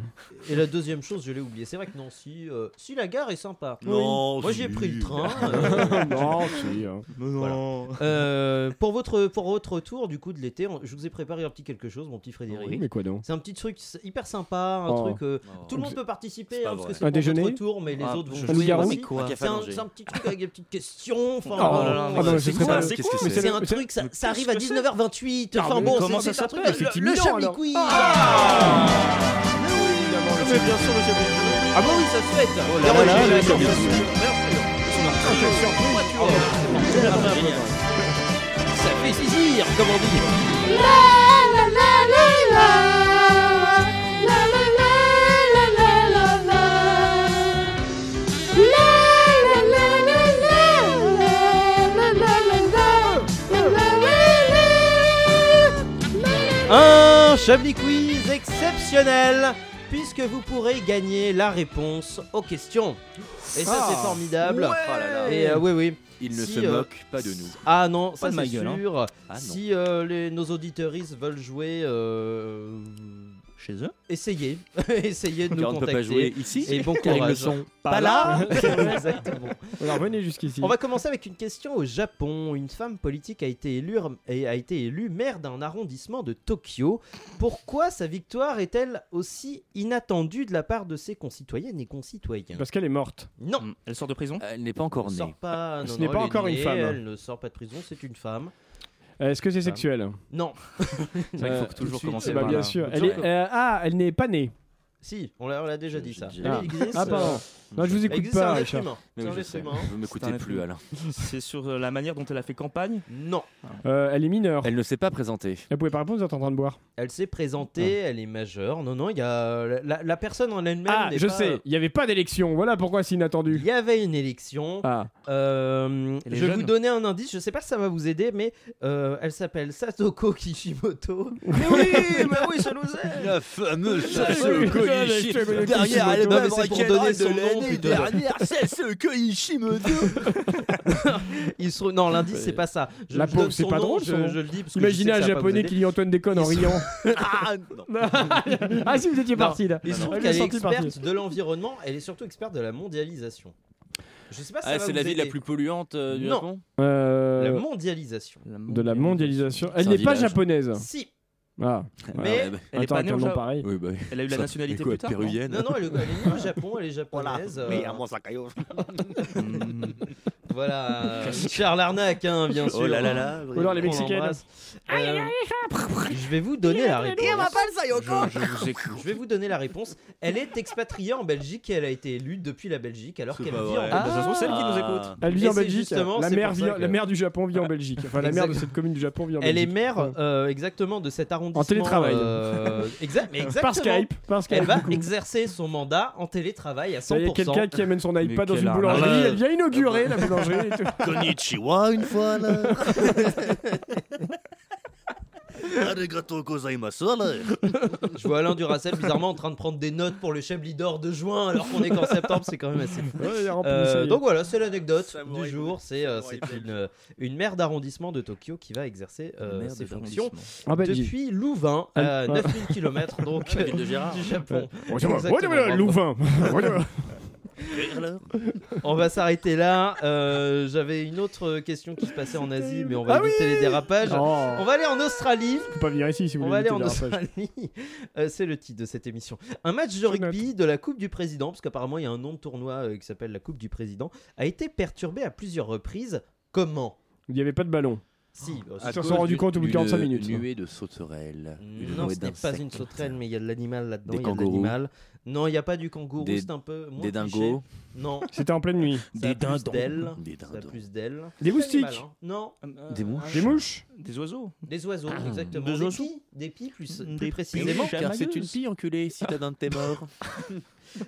Speaker 4: Et la deuxième chose, je l'ai oublié. C'est vrai que Nancy, euh, si la gare est sympa.
Speaker 3: Non,
Speaker 4: Moi,
Speaker 3: si.
Speaker 4: j'ai pris
Speaker 3: *laughs*
Speaker 4: le train.
Speaker 3: Ah, Non, si, hein. Mais non.
Speaker 4: Euh, pour votre pour votre retour du coup de l'été, on- je vous ai préparé un petit quelque chose, mon petit Frédéric.
Speaker 3: Oui, mais quoi
Speaker 4: *laughs*
Speaker 3: donc
Speaker 4: C'est un petit truc s- hyper sympa, un
Speaker 3: Oh.
Speaker 4: truc. euh,
Speaker 3: Oh.
Speaker 4: Tout le monde
Speaker 3: C'est-
Speaker 4: peut participer
Speaker 3: pas
Speaker 4: hein, parce
Speaker 3: vrai.
Speaker 4: que c'est
Speaker 3: Un
Speaker 4: pour
Speaker 3: déjeuner
Speaker 4: votre retour, mais les
Speaker 3: Ah,
Speaker 4: autres
Speaker 3: je sais
Speaker 4: vont jouer
Speaker 3: pas,
Speaker 4: aussi,
Speaker 3: c'est quoi
Speaker 4: C'est un, c'est un petit truc avec des petites questions. enfin,
Speaker 3: Oh.
Speaker 4: voilà,
Speaker 3: Ah,
Speaker 4: mais
Speaker 3: non,
Speaker 4: c'est
Speaker 3: mais je sais
Speaker 4: quoi,
Speaker 3: pas,
Speaker 4: c'est
Speaker 3: qu'est-ce
Speaker 4: quoi
Speaker 3: que c'est
Speaker 4: C'est un
Speaker 3: Mais
Speaker 4: truc, ça,
Speaker 3: c'est-
Speaker 4: ça arrive à
Speaker 3: qu'est-ce que c'est
Speaker 4: 19h28.
Speaker 3: Ah,
Speaker 4: Enfin
Speaker 3: mais
Speaker 4: bon,
Speaker 3: comment
Speaker 4: c'est
Speaker 3: ça
Speaker 4: c'est un
Speaker 3: s'appelle
Speaker 4: truc.
Speaker 3: C'est
Speaker 4: le- Le
Speaker 3: intimidant,
Speaker 4: Chablis
Speaker 3: alors. Ah.
Speaker 4: Quiz.
Speaker 3: Mais bien sûr, le Chablis
Speaker 4: Ah bon, oui, ça se fait.
Speaker 3: là
Speaker 4: Bien
Speaker 3: là là,
Speaker 4: sûr,
Speaker 3: le
Speaker 4: bien sûr,
Speaker 3: Chablis
Speaker 4: bien
Speaker 3: Quiz.
Speaker 4: sûr. Ah, je suis surpris. Ah, bah, génial. Ça fait saisir, comme on dit. Un Chablis Quiz exceptionnel puisque vous pourrez gagner la réponse aux questions. Et ça
Speaker 16: Ah,
Speaker 4: c'est formidable.
Speaker 16: ouais. Oh là là.
Speaker 4: Et euh, oui oui.
Speaker 16: Il ne
Speaker 4: Si,
Speaker 16: se
Speaker 4: euh,
Speaker 16: moque pas de nous.
Speaker 4: Ah non,
Speaker 16: Pas
Speaker 4: ça
Speaker 16: de ma
Speaker 4: c'est
Speaker 16: gueule, hein.
Speaker 4: sûr.
Speaker 16: Ah non.
Speaker 4: si euh, les- nos auditeuristes veulent jouer chez eux, essayez, *laughs* essayez de nous
Speaker 16: Car on ne peut
Speaker 4: contacter.
Speaker 16: pas jouer ici,
Speaker 4: Et bon
Speaker 16: *laughs* car
Speaker 4: courage.
Speaker 16: ils ne sont
Speaker 4: *laughs*
Speaker 16: pas là.
Speaker 4: Exactement.
Speaker 3: Alors, venez jusqu'ici.
Speaker 4: On va commencer avec une question au Japon. Une femme politique a été élue, et a été élue maire d'un arrondissement de Tokyo. Pourquoi sa victoire est-elle aussi inattendue de la part de ses concitoyennes et concitoyens
Speaker 3: Parce qu'elle est morte.
Speaker 4: Non.
Speaker 5: Hum, Elle sort de
Speaker 16: *laughs*
Speaker 5: prison
Speaker 16: Elle n'est pas encore
Speaker 4: Elle
Speaker 16: née.
Speaker 4: sort pas,
Speaker 3: Ce
Speaker 4: non,
Speaker 3: n'est
Speaker 4: non,
Speaker 3: pas
Speaker 4: elle est
Speaker 3: encore une
Speaker 4: née,
Speaker 3: femme.
Speaker 4: Elle ne sort pas de prison, c'est une femme.
Speaker 3: Euh, Est-ce que c'est
Speaker 4: Femme.
Speaker 3: sexuel
Speaker 4: Non.
Speaker 16: C'est vrai qu'il faut que toujours commencer
Speaker 3: bah,
Speaker 16: par
Speaker 3: bien
Speaker 16: là.
Speaker 3: sûr.
Speaker 16: Tout
Speaker 3: Elle est-
Speaker 16: simplement.
Speaker 3: euh, ah, elle n'est pas née.
Speaker 4: Si, on l'a on l'a déjà dit ça.
Speaker 16: déjà
Speaker 4: Elle
Speaker 3: dit.
Speaker 4: existe,
Speaker 3: Ah, pardon.
Speaker 4: euh,
Speaker 3: Non, je vous
Speaker 4: elle
Speaker 3: écoute
Speaker 4: existe,
Speaker 3: pas,
Speaker 4: c'est un être
Speaker 3: Richard.
Speaker 4: humain. C'est un être humain.
Speaker 16: Vous m'écoutez plus, Alain.
Speaker 5: C'est sur euh, la manière dont elle a fait campagne
Speaker 4: Non.
Speaker 3: Euh, elle est mineure.
Speaker 16: Elle ne s'est pas présentée.
Speaker 3: Elle pouvait pas répondre, vous êtes en train de boire.
Speaker 4: Elle s'est présentée, elle est majeure. Non, non, il y a la, la personne en elle-même.
Speaker 3: Ah,
Speaker 4: n'est
Speaker 3: je
Speaker 4: pas-
Speaker 3: sais, il n'y avait pas d'élection. Voilà pourquoi c'est inattendu.
Speaker 4: Il y avait une élection.
Speaker 3: Ah.
Speaker 4: Euh,
Speaker 3: Elle est
Speaker 4: je vais vous
Speaker 3: jeune.
Speaker 4: donner un indice. Je sais pas si ça va vous aider, mais euh, elle s'appelle
Speaker 3: *laughs*
Speaker 4: Satoko Kishimoto. mais
Speaker 5: oui, mais oui, ça nous aide.
Speaker 16: La fameuse *laughs*
Speaker 4: Satoko
Speaker 5: Kishimoto.
Speaker 4: Derrière, elle
Speaker 5: Non, mais
Speaker 4: même
Speaker 5: c'est pour
Speaker 4: donner
Speaker 5: donner
Speaker 4: son
Speaker 5: de
Speaker 4: nom.
Speaker 5: l'année
Speaker 4: putain.
Speaker 5: dernière, c'est
Speaker 16: Satoko Ishimoto.
Speaker 4: Il se... re- Non, l'indice c'est pas ça. Je,
Speaker 3: La
Speaker 4: je
Speaker 3: pauvre,
Speaker 4: donne
Speaker 3: c'est
Speaker 4: son
Speaker 3: pas
Speaker 4: nom,
Speaker 3: drôle.
Speaker 4: Je,
Speaker 3: son nom.
Speaker 4: je le dis parce que je sais
Speaker 3: Imaginez
Speaker 4: que
Speaker 3: un
Speaker 4: ça va pas vous
Speaker 3: japonais
Speaker 4: aider.
Speaker 3: qui lit Antoine déconne en *laughs*
Speaker 4: Ils
Speaker 3: riant.
Speaker 4: *laughs* ah non.
Speaker 3: ah si vous étiez
Speaker 4: Non.
Speaker 3: parti là.
Speaker 16: Bah
Speaker 4: Il se trouve
Speaker 3: Ah, je
Speaker 4: qu'elle
Speaker 3: l'ai
Speaker 4: est
Speaker 3: senti parti.
Speaker 4: experte de l'environnement, elle est surtout experte de la mondialisation. Je sais pas si ça va
Speaker 16: Ah, c'est
Speaker 4: vous
Speaker 16: la ville la
Speaker 4: aider.
Speaker 16: plus polluante euh, du
Speaker 4: Non.
Speaker 16: Japon
Speaker 3: Euh,
Speaker 4: La mondialisation.
Speaker 3: de la mondialisation.
Speaker 16: C'est
Speaker 3: Elle
Speaker 16: un
Speaker 3: n'est pas
Speaker 16: village.
Speaker 3: japonaise.
Speaker 4: Si.
Speaker 3: Ah.
Speaker 4: Mais
Speaker 5: elle est
Speaker 3: Attends,
Speaker 5: pas
Speaker 3: avec
Speaker 5: née
Speaker 3: un
Speaker 5: au
Speaker 3: nom
Speaker 5: Japon.
Speaker 3: pareil.
Speaker 16: bah, Oui, bah oui.
Speaker 5: Elle a eu la
Speaker 16: Ça,
Speaker 5: nationalité
Speaker 16: mais quoi,
Speaker 5: plus tard, non
Speaker 16: Péruvienne.
Speaker 4: Non, non, elle, elle est née au Japon, elle est japonaise. euh,
Speaker 16: *laughs*
Speaker 4: Voilà, euh, Charles Arnac, hein, bien sûr.
Speaker 16: Oh là là là,
Speaker 3: Ou alors les
Speaker 4: On
Speaker 3: Mexicaines.
Speaker 4: l'embrasse. Euh, je vais vous donner la réponse.
Speaker 16: Je, je vous écoute.
Speaker 4: Je vais vous donner la réponse. Elle est expatriée en Belgique et elle a été élue depuis la Belgique alors
Speaker 16: C'est
Speaker 4: qu'elle Bah, vit
Speaker 16: pas
Speaker 4: en
Speaker 16: vrai.
Speaker 4: Belgique.
Speaker 16: Ah, ce sont celles qui nous *laughs* écoutent.
Speaker 3: Elle
Speaker 4: Et
Speaker 3: vit en
Speaker 4: c'est
Speaker 3: Belgique.
Speaker 4: justement,
Speaker 3: La
Speaker 4: c'est
Speaker 3: mère,
Speaker 4: pour
Speaker 3: vit,
Speaker 4: ça que-
Speaker 3: la mère du Japon vit en Belgique. Enfin, la mère de cette commune du Japon vit en
Speaker 4: Elle est
Speaker 3: Belgique.
Speaker 4: maire euh, exactement de cet arrondissement.
Speaker 3: télétravail.
Speaker 4: euh, exact,
Speaker 3: *laughs*
Speaker 4: mais exactement.
Speaker 3: Par Skype. Par Skype.
Speaker 4: Elle va
Speaker 3: du coup.
Speaker 4: exercer son mandat en télétravail à 100%.
Speaker 3: Ça y est, quelqu'un qui amène son iPad dans
Speaker 16: quelle
Speaker 3: une
Speaker 16: arnaque.
Speaker 3: boulangerie.
Speaker 16: Euh,
Speaker 3: Elle vient
Speaker 4: Ah
Speaker 3: inaugurer la boulangerie.
Speaker 4: *laughs*
Speaker 3: et tout.
Speaker 7: Konnichiwa une fois là. Arigato gozaimasu là.
Speaker 4: Je vois Alain
Speaker 3: *laughs*
Speaker 4: Duracel bizarrement en train de prendre des notes pour le Chablis d'or de juin alors qu'on est qu'en septembre, c'est quand même assez
Speaker 3: *laughs*
Speaker 4: fou.
Speaker 3: Ouais, il est rempli,
Speaker 4: Euh,
Speaker 3: ça y est.
Speaker 4: donc voilà, c'est l'anecdote
Speaker 16: Samouraï
Speaker 4: du jour. C'est euh, c'est une, euh, une maire d'arrondissement de Tokyo qui va exercer euh,
Speaker 16: Maire
Speaker 4: ses
Speaker 16: de
Speaker 4: fonctions
Speaker 16: l'arrondissement.
Speaker 3: En Belgique.
Speaker 4: depuis Louvain, à
Speaker 3: Ah.
Speaker 4: 9000 km donc, euh,
Speaker 16: ville de Gérard.
Speaker 4: du Japon.
Speaker 3: Bon, c'est bon.
Speaker 4: Exactement.
Speaker 3: Ouais, ouais, ouais, Louvain. Ouais, ouais.
Speaker 4: On va s'arrêter là. Euh, J'avais une autre question qui se passait en Asie, mais on va
Speaker 3: Ah
Speaker 4: éviter les dérapages.
Speaker 3: Non.
Speaker 4: On va aller en Australie.
Speaker 3: Faut pas venir ici si vous
Speaker 4: On
Speaker 3: voulez.
Speaker 4: va aller
Speaker 3: éviter
Speaker 4: en
Speaker 3: le dérapage.
Speaker 4: Australie. Euh, c'est le titre de cette émission. Un match de rugby de la Coupe du Président, parce qu'apparemment il y a un nom de tournoi euh, qui s'appelle la Coupe du Président, a été perturbé à plusieurs reprises. Comment
Speaker 3: Il n'y avait pas de ballon.
Speaker 4: Si, euh,
Speaker 3: Ah,
Speaker 4: c'est-
Speaker 3: s'en sont rendus compte au bout de 45 minutes.
Speaker 16: Une nuée de sauterelles. une
Speaker 4: Mm. non,
Speaker 16: nuée
Speaker 4: ce n'est pas
Speaker 16: d'insectes.
Speaker 4: une sauterelle, mais il y a de l'animal là-dedans.
Speaker 16: Des
Speaker 4: il y a de
Speaker 16: kangourous.
Speaker 4: l'animal. Non, il n'y a pas du kangourou,
Speaker 16: Des-
Speaker 4: c'est un peu. Moins
Speaker 16: des
Speaker 4: cliché.
Speaker 16: dingos.
Speaker 4: Non.
Speaker 3: C'était en pleine nuit.
Speaker 4: Ça a
Speaker 16: Des
Speaker 4: plus
Speaker 16: dindons.
Speaker 4: d'ailes.
Speaker 16: Des
Speaker 4: Ça a
Speaker 16: dindons.
Speaker 4: plus d'ailes.
Speaker 3: Des
Speaker 4: C'est
Speaker 3: moustiques.
Speaker 4: animal, hein. Non. Euh,
Speaker 16: Des mouches.
Speaker 4: un
Speaker 3: Des
Speaker 4: chat.
Speaker 3: mouches.
Speaker 16: Des oiseaux.
Speaker 4: Des oiseaux,
Speaker 16: Ah,
Speaker 4: exactement.
Speaker 16: des
Speaker 4: Des,
Speaker 16: oiseaux.
Speaker 4: pies, des pies plus, plus
Speaker 16: *laughs*
Speaker 4: précisément.
Speaker 16: car c'est une pie enculée si t'as d'un de tes morts.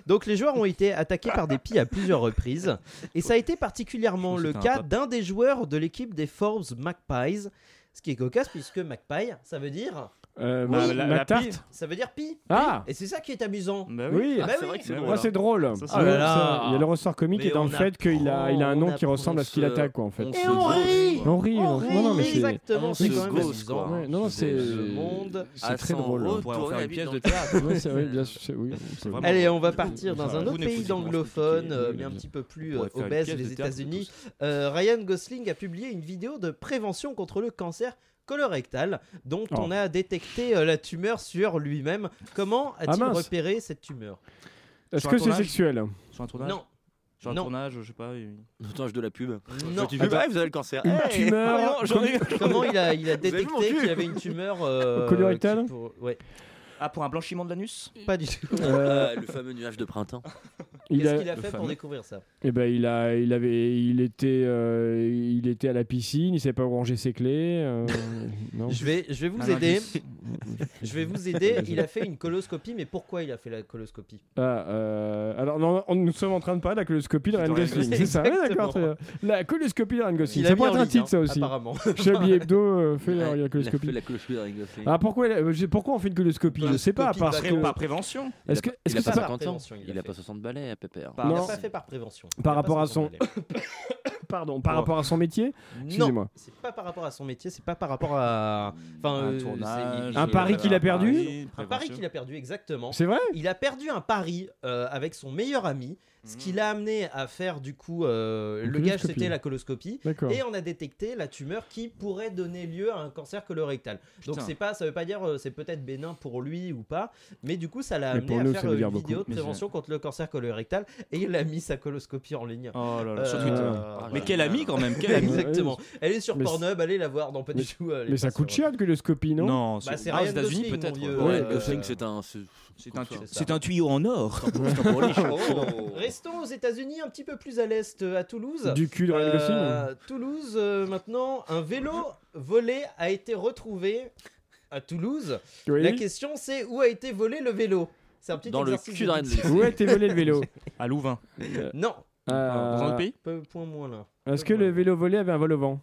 Speaker 4: Donc les joueurs ont été attaqués par des pies à plusieurs reprises. Et ça a été particulièrement
Speaker 16: Je
Speaker 4: le
Speaker 16: pense que c'était un
Speaker 4: cas d'un des joueurs de l'équipe des Forbes Magpies. Ce qui est cocasse puisque Magpie, ça veut dire...
Speaker 3: Euh,
Speaker 4: Oui.
Speaker 3: ma- la, la tarte.
Speaker 4: Ça veut dire pie.
Speaker 3: Ah.
Speaker 4: Et c'est ça qui est amusant.
Speaker 3: Oui,
Speaker 4: Bah oui.
Speaker 3: Ah,
Speaker 16: hein.
Speaker 3: c'est drôle.
Speaker 4: Ça, c'est
Speaker 3: Ah,
Speaker 4: drôle.
Speaker 3: ouais,
Speaker 4: là.
Speaker 3: ça, Il y a le ressort comique
Speaker 4: Mais
Speaker 3: et dans le
Speaker 4: on
Speaker 3: fait qu'il a, il a un nom qui ressemble à ce qu'il
Speaker 16: se-
Speaker 3: attaque, quoi, en fait.
Speaker 16: on Et se on gosse, rit. quoi.
Speaker 3: On rit,
Speaker 16: On
Speaker 3: on- non, non, mais
Speaker 4: rit,
Speaker 3: c'est-
Speaker 4: exactement, c'est
Speaker 3: Oui,
Speaker 4: quand même
Speaker 3: gosse,
Speaker 4: amusant.
Speaker 3: quoi. Ouais, Non, non, c'est.
Speaker 4: Le monde
Speaker 16: à
Speaker 3: C'est très
Speaker 16: s'en
Speaker 3: drôle. hein.
Speaker 16: retourner On pourrait en faire une pièce de théâtre. *laughs*
Speaker 3: Ouais, c'est- oui, bien sûr, c'est- oui, c'est-
Speaker 4: Allez, on va partir dans
Speaker 16: Enfin,
Speaker 4: un
Speaker 16: vous
Speaker 4: autre
Speaker 16: n'écoutez
Speaker 4: pays
Speaker 16: pas ce
Speaker 4: d'anglophones,
Speaker 16: compliqué,
Speaker 4: euh,
Speaker 16: oui,
Speaker 4: mais un
Speaker 16: bien
Speaker 4: petit
Speaker 16: sûr.
Speaker 4: peu plus
Speaker 16: On
Speaker 4: euh,
Speaker 16: pourrait faire une
Speaker 4: obèses,
Speaker 16: pièce de
Speaker 4: les
Speaker 16: théâtre,
Speaker 4: États-Unis. Euh, Ryan Gosling a publié une vidéo de prévention contre le cancer colorectal, dont
Speaker 3: Oh.
Speaker 4: on a détecté euh, la tumeur sur lui-même. Comment a-t-il
Speaker 3: Ah, mince.
Speaker 4: repéré cette tumeur
Speaker 3: Est-ce que c'est sexuel
Speaker 16: Sur un tournage
Speaker 4: Non.
Speaker 16: Sur un
Speaker 4: Non.
Speaker 16: tournage, je sais pas. Une... tournage de la pub.
Speaker 4: Non.
Speaker 5: Ah,
Speaker 16: Tu fais,
Speaker 3: Attends.
Speaker 16: ouais, vous avez le cancer.
Speaker 3: Une
Speaker 16: Hey *laughs*
Speaker 3: tumeur.
Speaker 16: Voyons, j'en ai eu.
Speaker 4: Comment il a, il a
Speaker 16: Vous avez vu mon
Speaker 4: détecté
Speaker 16: cul
Speaker 4: qu'il avait une tumeur euh,
Speaker 3: Colorectal
Speaker 4: qui pour- Ouais,
Speaker 16: Ah, pour un blanchiment de l'anus
Speaker 4: pas du tout.
Speaker 16: Euh, Le fameux nuage
Speaker 3: *laughs*
Speaker 16: de printemps.
Speaker 3: Il
Speaker 4: Qu'est-ce
Speaker 3: a-
Speaker 4: qu'il a
Speaker 16: Le
Speaker 4: fait pour
Speaker 16: fameux.
Speaker 4: découvrir ça
Speaker 3: Eh ben, il a, il avait, il était, euh, il était à la piscine. Il savait pas où ranger ses clés. euh, Ah, non.
Speaker 4: Je vais, je vais vous
Speaker 16: Un
Speaker 4: *laughs* aider.
Speaker 16: indice.
Speaker 4: Je vais vous aider. Il a fait une coloscopie, mais pourquoi il a fait la coloscopie
Speaker 3: Ah, euh, alors, non, on- nous sommes en train de parler de la coloscopie de Ryan
Speaker 16: Ryan
Speaker 3: Gosling.
Speaker 4: Gosling.
Speaker 3: C'est ça, ouais, d'accord.
Speaker 4: Exactement.
Speaker 3: très bien. La coloscopie de Ryan Gosling.
Speaker 4: Il a
Speaker 3: Ça
Speaker 4: mis
Speaker 3: pourrait
Speaker 4: en
Speaker 3: être un
Speaker 4: ligne,
Speaker 3: titre, ça
Speaker 4: hein,
Speaker 3: aussi.
Speaker 4: Apparemment.
Speaker 3: Chablis Hebdo euh, fait la, la
Speaker 16: Il a
Speaker 3: coloscopie.
Speaker 16: fait la coloscopie de Ryan Gosling.
Speaker 3: Ah, pourquoi, elle a- j'ai- pourquoi on fait une coloscopie Je sais pas.
Speaker 4: Coloscopie de
Speaker 3: Parce
Speaker 4: Ryan
Speaker 3: que,
Speaker 16: Par prévention.
Speaker 3: Est-ce que-
Speaker 16: Il a pas-
Speaker 3: est-ce
Speaker 16: il a
Speaker 3: que ça
Speaker 16: pas
Speaker 3: va
Speaker 16: 50 ans.
Speaker 4: Prévention, il a
Speaker 16: Il a
Speaker 4: fait.
Speaker 16: pas 60 balais à Pépère.
Speaker 4: Il
Speaker 3: Non.
Speaker 4: *laughs* n'a pas fait par prévention. Il
Speaker 3: Par
Speaker 4: a pas
Speaker 3: rapport à
Speaker 4: sorti
Speaker 3: son-
Speaker 4: en balai.
Speaker 3: pardon,
Speaker 16: Oh.
Speaker 3: par rapport à son métier, *laughs*
Speaker 4: Non,
Speaker 3: Excusez-moi.
Speaker 4: c'est pas par rapport à son métier, c'est pas par rapport à. Enfin,
Speaker 16: Un
Speaker 4: euh,
Speaker 16: tournage,
Speaker 4: c'est-
Speaker 3: Un
Speaker 4: il-
Speaker 3: pari
Speaker 4: il-
Speaker 3: qu'il a perdu
Speaker 4: Un pari qu'il a perdu, exactement.
Speaker 3: c'est vrai
Speaker 4: Il a perdu un pari euh, avec son meilleur ami, ce qui l'a amené à faire du coup. euh,
Speaker 3: Une
Speaker 4: le gage,
Speaker 3: coloscopie.
Speaker 4: c'était la coloscopie.
Speaker 3: D'accord.
Speaker 4: Et on a détecté la tumeur qui pourrait donner lieu à un cancer colorectal. Donc
Speaker 16: Putain.
Speaker 4: c'est pas, ça veut pas dire euh, c'est peut-être bénin pour lui ou pas, mais du coup ça l'a
Speaker 3: Mais
Speaker 4: amené
Speaker 3: pour
Speaker 4: à
Speaker 3: nous,
Speaker 4: faire
Speaker 3: ça veut
Speaker 4: euh,
Speaker 3: dire
Speaker 4: une
Speaker 3: beaucoup.
Speaker 4: vidéo de
Speaker 16: Mais c'est-
Speaker 4: prévention contre le cancer colorectal et il a mis sa coloscopie en ligne.
Speaker 16: Oh là là, sur
Speaker 4: Euh,
Speaker 16: Twitter.
Speaker 4: Ah,
Speaker 16: Mais
Speaker 4: voilà.
Speaker 16: quel ami quand même, quel
Speaker 4: *laughs*
Speaker 16: ami.
Speaker 4: Exactement. Elle est sur
Speaker 3: Mais
Speaker 4: Pornhub, allez la voir. Non, pas du tout. elle est
Speaker 3: Mais ça
Speaker 4: pas
Speaker 3: coûte
Speaker 4: sur-
Speaker 3: cher, la coloscopie, non
Speaker 16: Non,
Speaker 4: Bah, c'est
Speaker 16: ah,
Speaker 4: Ryan
Speaker 16: aux États-Unis
Speaker 4: Gosling, mon
Speaker 16: peut-être.
Speaker 4: vieux.
Speaker 16: ouais. Ryan
Speaker 4: Ouais,
Speaker 16: Gosling,
Speaker 4: euh,
Speaker 16: c'est un, c'est
Speaker 4: un tu- c'est ça.
Speaker 16: c'est un tuyau en or.
Speaker 4: Oh. Restons aux États-Unis, un petit peu plus à l'est, euh, à Toulouse.
Speaker 3: Du cul de Ryan Gosling
Speaker 4: Euh, Toulouse, euh, maintenant, un vélo volé a été retrouvé à Toulouse.
Speaker 3: Oui.
Speaker 4: La question, c'est où a été volé le vélo C'est un petit
Speaker 16: Dans le
Speaker 4: exercice
Speaker 16: cul
Speaker 4: de
Speaker 16: d'un
Speaker 4: diction.
Speaker 3: Où a été volé le vélo
Speaker 16: À Louvain.
Speaker 4: Non,
Speaker 16: *laughs* Dans un
Speaker 3: Euh,
Speaker 16: autre pays
Speaker 4: peu point moins là.
Speaker 3: Est-ce que le vélo volé avait un vol au
Speaker 16: *laughs*
Speaker 3: vent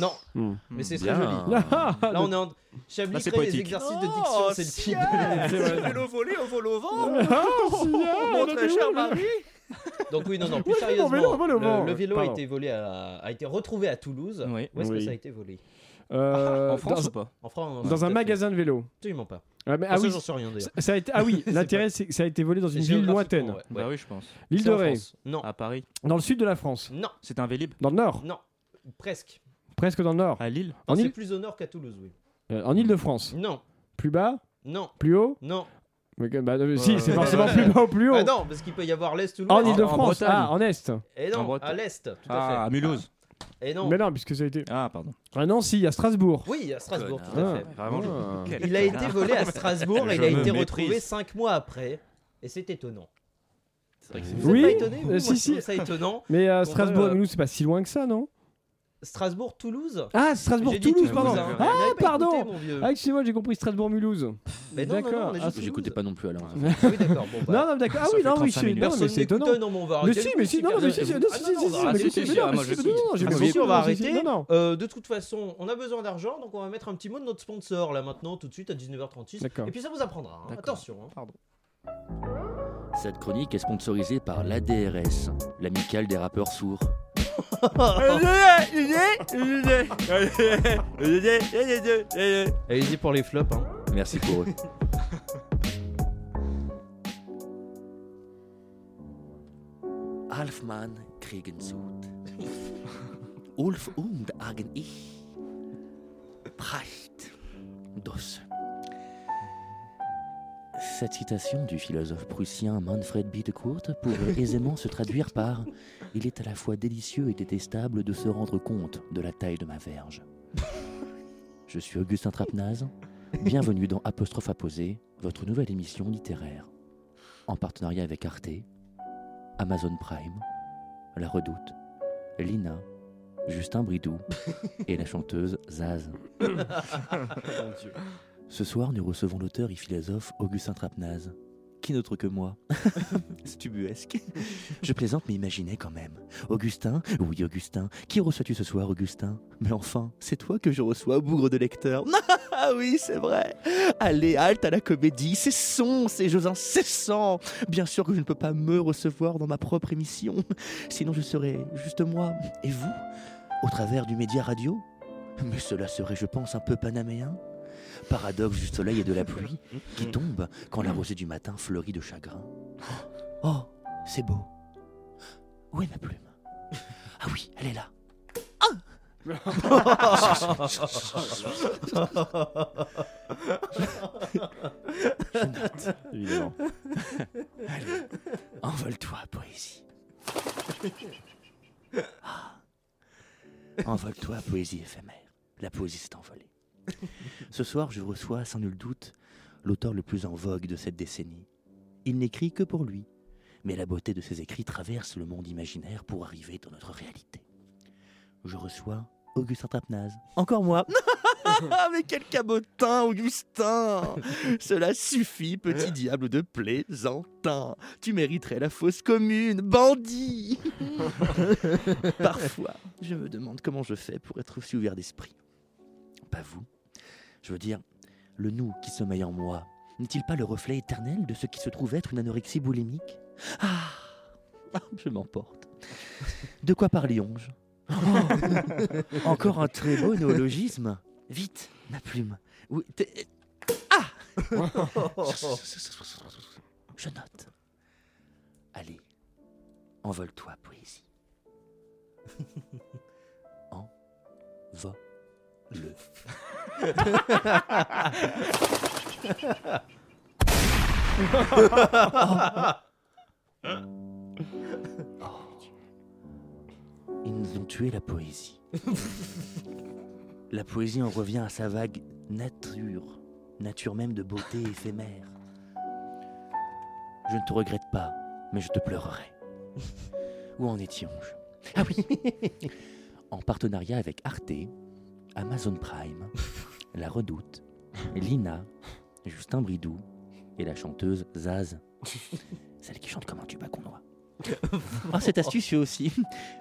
Speaker 4: Non,
Speaker 3: Hmm. Ah,
Speaker 4: mais c'est très
Speaker 16: Bien.
Speaker 3: *laughs*
Speaker 4: joli. Là, on est en. Chablis
Speaker 16: Là, c'est
Speaker 4: crée les
Speaker 16: poétique. Oh,
Speaker 4: exercices de diction, c'est le type.
Speaker 16: vélo volé au vol au vent.
Speaker 3: *laughs* Ah, si, ah, on a des vélos, là.
Speaker 4: *laughs* Donc, oui, non, non, plus
Speaker 3: Où est-ce que mon
Speaker 4: sérieusement,
Speaker 3: vélo vole au vent
Speaker 4: le, le vélo a
Speaker 3: Pardon.
Speaker 4: été, volé à- a été retrouvé à Toulouse.
Speaker 16: Oui.
Speaker 4: Où est-ce que
Speaker 3: Oui.
Speaker 4: ça a été volé
Speaker 3: Euh,
Speaker 16: en France ou
Speaker 3: dans-
Speaker 16: pas
Speaker 4: En France
Speaker 3: dans un
Speaker 4: tout à fait.
Speaker 3: magasin de vélo.
Speaker 4: Absolument pas.
Speaker 3: Ah, mais- ah
Speaker 4: Pour ça,
Speaker 3: oui,
Speaker 4: j'en sais rien d'ailleurs.
Speaker 3: ça a été, ah oui,
Speaker 4: C'est
Speaker 3: l'intérêt, c'est que ça a été volé dans une ville lointaine.
Speaker 16: Bah oui, je pense.
Speaker 3: L'île de Ré,
Speaker 4: Non,
Speaker 16: À Paris.
Speaker 3: dans le sud de la France.
Speaker 4: non,
Speaker 16: C'est un Vélib.
Speaker 3: Dans le nord,
Speaker 4: non, presque.
Speaker 3: presque dans le nord.
Speaker 16: À Lille.
Speaker 4: Non,
Speaker 3: En
Speaker 4: c'est
Speaker 3: Ile-
Speaker 4: plus au nord qu'à Toulouse, oui.
Speaker 3: euh, en Ile-de-France.
Speaker 4: Non,
Speaker 3: Plus bas
Speaker 4: non,
Speaker 3: Plus haut
Speaker 4: non.
Speaker 3: Mais que- bah, euh, Si,
Speaker 16: Euh,
Speaker 3: c'est forcément plus bas ou plus haut.
Speaker 4: Ah non, parce qu'il peut y avoir l'est ou
Speaker 3: en
Speaker 4: l'ouest.
Speaker 16: Ile-de-France.
Speaker 3: Ile-de-France,
Speaker 16: Bretagne.
Speaker 3: ah, en Est.
Speaker 4: Et
Speaker 16: en
Speaker 4: non,
Speaker 16: Bretagne.
Speaker 4: à l'est, tout
Speaker 16: Ah,
Speaker 4: à
Speaker 16: à Mulhouse.
Speaker 4: fait. Et non.
Speaker 3: Mais non, puisque ça a été.
Speaker 16: Ah, pardon.
Speaker 3: Ah non, si, à Strasbourg.
Speaker 4: Oui, à Strasbourg, tout à
Speaker 3: Ah,
Speaker 4: fait.
Speaker 16: Vraiment, je-
Speaker 3: ah.
Speaker 4: Il a été volé à Strasbourg et il
Speaker 16: Je
Speaker 4: a
Speaker 16: me
Speaker 4: été
Speaker 16: méprise.
Speaker 4: retrouvé 5 mois après. Et c'est étonnant. Vous
Speaker 3: Oui,
Speaker 4: êtes pas étonné vous
Speaker 3: euh,
Speaker 4: Moi,
Speaker 3: si,
Speaker 4: je
Speaker 3: si.
Speaker 4: trouve ça étonnant.
Speaker 3: Mais euh,
Speaker 4: Qu'on
Speaker 3: Strasbourg,
Speaker 4: vole, euh,
Speaker 3: nous, c'est pas si loin que ça, non
Speaker 4: Strasbourg, Toulouse
Speaker 3: Ah, Strasbourg,
Speaker 4: J'ai dit
Speaker 3: Toulouse,
Speaker 4: Toulouse,
Speaker 3: pardon.
Speaker 4: hein. Vous
Speaker 3: Ah,
Speaker 4: n'avez pas
Speaker 3: pardon.
Speaker 4: écouté, mon vieux.
Speaker 3: Ah, excusez-moi, j'ai compris Strasbourg-Mulhouse.
Speaker 4: Mais non, non, non, on est
Speaker 3: ah,
Speaker 4: juste-
Speaker 16: J'écoutais pas non plus alors.
Speaker 4: Oui, d'accord. Bon, bah,
Speaker 3: Non, non, d'accord. Ah
Speaker 16: Ça
Speaker 3: oui,
Speaker 16: fait
Speaker 3: non, oui,
Speaker 16: 35
Speaker 3: c'est- non,
Speaker 16: minutes.
Speaker 3: mais
Speaker 4: personne
Speaker 3: c'est étonnant.
Speaker 4: n'écoute, non, on va
Speaker 3: Mais
Speaker 4: arrêter
Speaker 3: si,
Speaker 4: le
Speaker 3: mais
Speaker 4: coup,
Speaker 3: si, non,
Speaker 4: personne-
Speaker 3: mais si, si, non,
Speaker 4: Ah,
Speaker 3: si, si,
Speaker 4: non,
Speaker 3: si,
Speaker 4: on va arrêter,
Speaker 3: si,
Speaker 16: si,
Speaker 3: si,
Speaker 16: si,
Speaker 3: non,
Speaker 16: ah,
Speaker 3: mais
Speaker 16: moi,
Speaker 3: si,
Speaker 16: je
Speaker 3: mais
Speaker 16: suis.
Speaker 3: non, non, j'ai
Speaker 4: Ah,
Speaker 3: bien
Speaker 4: si,
Speaker 3: compris,
Speaker 4: on va
Speaker 3: si, si,
Speaker 4: arrêter.
Speaker 3: non, non.
Speaker 4: Euh, de toute façon, on a besoin d'argent, donc on va mettre un petit mot de notre sponsor là maintenant, tout de suite à 19h36.
Speaker 3: D'accord.
Speaker 4: Et puis ça vous apprendra. hein.
Speaker 16: D'accord.
Speaker 4: Attention. hein.
Speaker 1: Cette chronique est sponsorisée par l'ADRS, l'amicale des rappeurs sourds.
Speaker 4: Allez-y pour les flops. hein.
Speaker 1: Merci pour eux. Alfmann kriegen Sud. Ulf und Agen ich. Pracht. Dos. Cette citation du philosophe prussien Manfred Bittecourt pourrait aisément se traduire par Il est à la fois délicieux et détestable de se rendre compte de la taille de ma verge. Je suis Augustin Trapenaz. Bienvenue dans Apostrophe Apposée, votre nouvelle émission littéraire.
Speaker 16: en partenariat avec Arte, Amazon Prime, La Redoute, Lina, Justin Bridou et la chanteuse Zaz. Ce soir, nous recevons l'auteur et philosophe Augustin Trapenaz. Qui n'autre que moi Stubuesque. Je plaisante, mais imaginez quand même. Augustin Oui, Augustin. Qui reçois-tu ce soir, Augustin Mais enfin, c'est toi que je reçois, bougre de lecteur. *laughs* Ah oui, c'est vrai. Allez, halte à la comédie. Ces sons, ces jeux incessants. Bien sûr que je ne peux pas me recevoir dans ma propre émission. Sinon, je serais juste moi. Et vous Au travers du média radio Mais cela serait, je pense, un peu panaméen. Paradoxe du soleil et de la pluie qui tombe quand la rosée du matin fleurit de chagrin. Oh, c'est beau. Où est ma plume Ah oui, elle est là. Je note.
Speaker 17: Évidemment.
Speaker 16: Allez, envole-toi, poésie. Ah. Envole-toi, poésie éphémère. La poésie s'est envolée. Ce soir, je reçois, sans nul doute, l'auteur le plus en vogue de cette décennie. Il n'écrit que pour lui, mais la beauté de ses écrits traverse le monde imaginaire pour arriver dans notre réalité. Je reçois Augustin Trapenaz. Encore moi *laughs* Mais quel cabotin, Augustin Cela suffit, petit diable de plaisantin. Tu mériterais la fausse commune, *laughs* bandit Parfois, je me demande comment je fais pour être aussi ouvert d'esprit. Pas vous. Je veux dire, le nous qui sommeille en moi, n'est-il pas le reflet éternel de ce qui se trouve être une anorexie boulimique Ah Ah, Je m'emporte. De quoi parlions-je Oh Encore un très beau néologisme. Vite, ma plume. Oui, t'es- Ah Je note. Allez, envole-toi, poésie. *laughs* En va le. Oh, Ils nous ont tué la poésie. la poésie en revient à sa vague nature, nature même de beauté éphémère. Je ne te regrette pas, mais je te pleurerai. Où en étions-je Ah oui En partenariat avec Arte, Amazon Prime, La Redoute, Lina, Justin Bridou et la chanteuse Zaz, celle qui chante comme un tube à Connois. Ah, c'est astucieux aussi.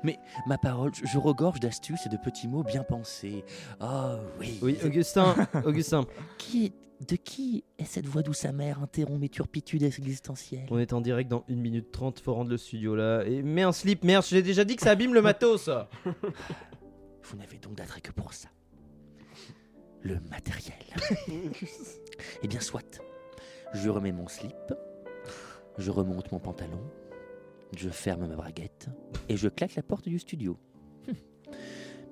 Speaker 16: Mais ma parole, je- je regorge d'astuces et de petits mots bien pensés. Ah oui.
Speaker 4: Oui, Augustin, *laughs* Augustin.
Speaker 16: Qui, de qui est cette voix d'où sa mère interrompt mes turpitudes existentielles
Speaker 4: On est en direct dans 1 minute 30, faut rendre le studio là. Et mets un slip, merde, j'ai déjà dit que ça abîme le matos
Speaker 16: Vous n'avez donc d'attrait que pour ça. Le matériel. eh bien, soit. Je remets mon slip, je remonte mon pantalon, je ferme ma braguette et je claque la porte du studio. Hum.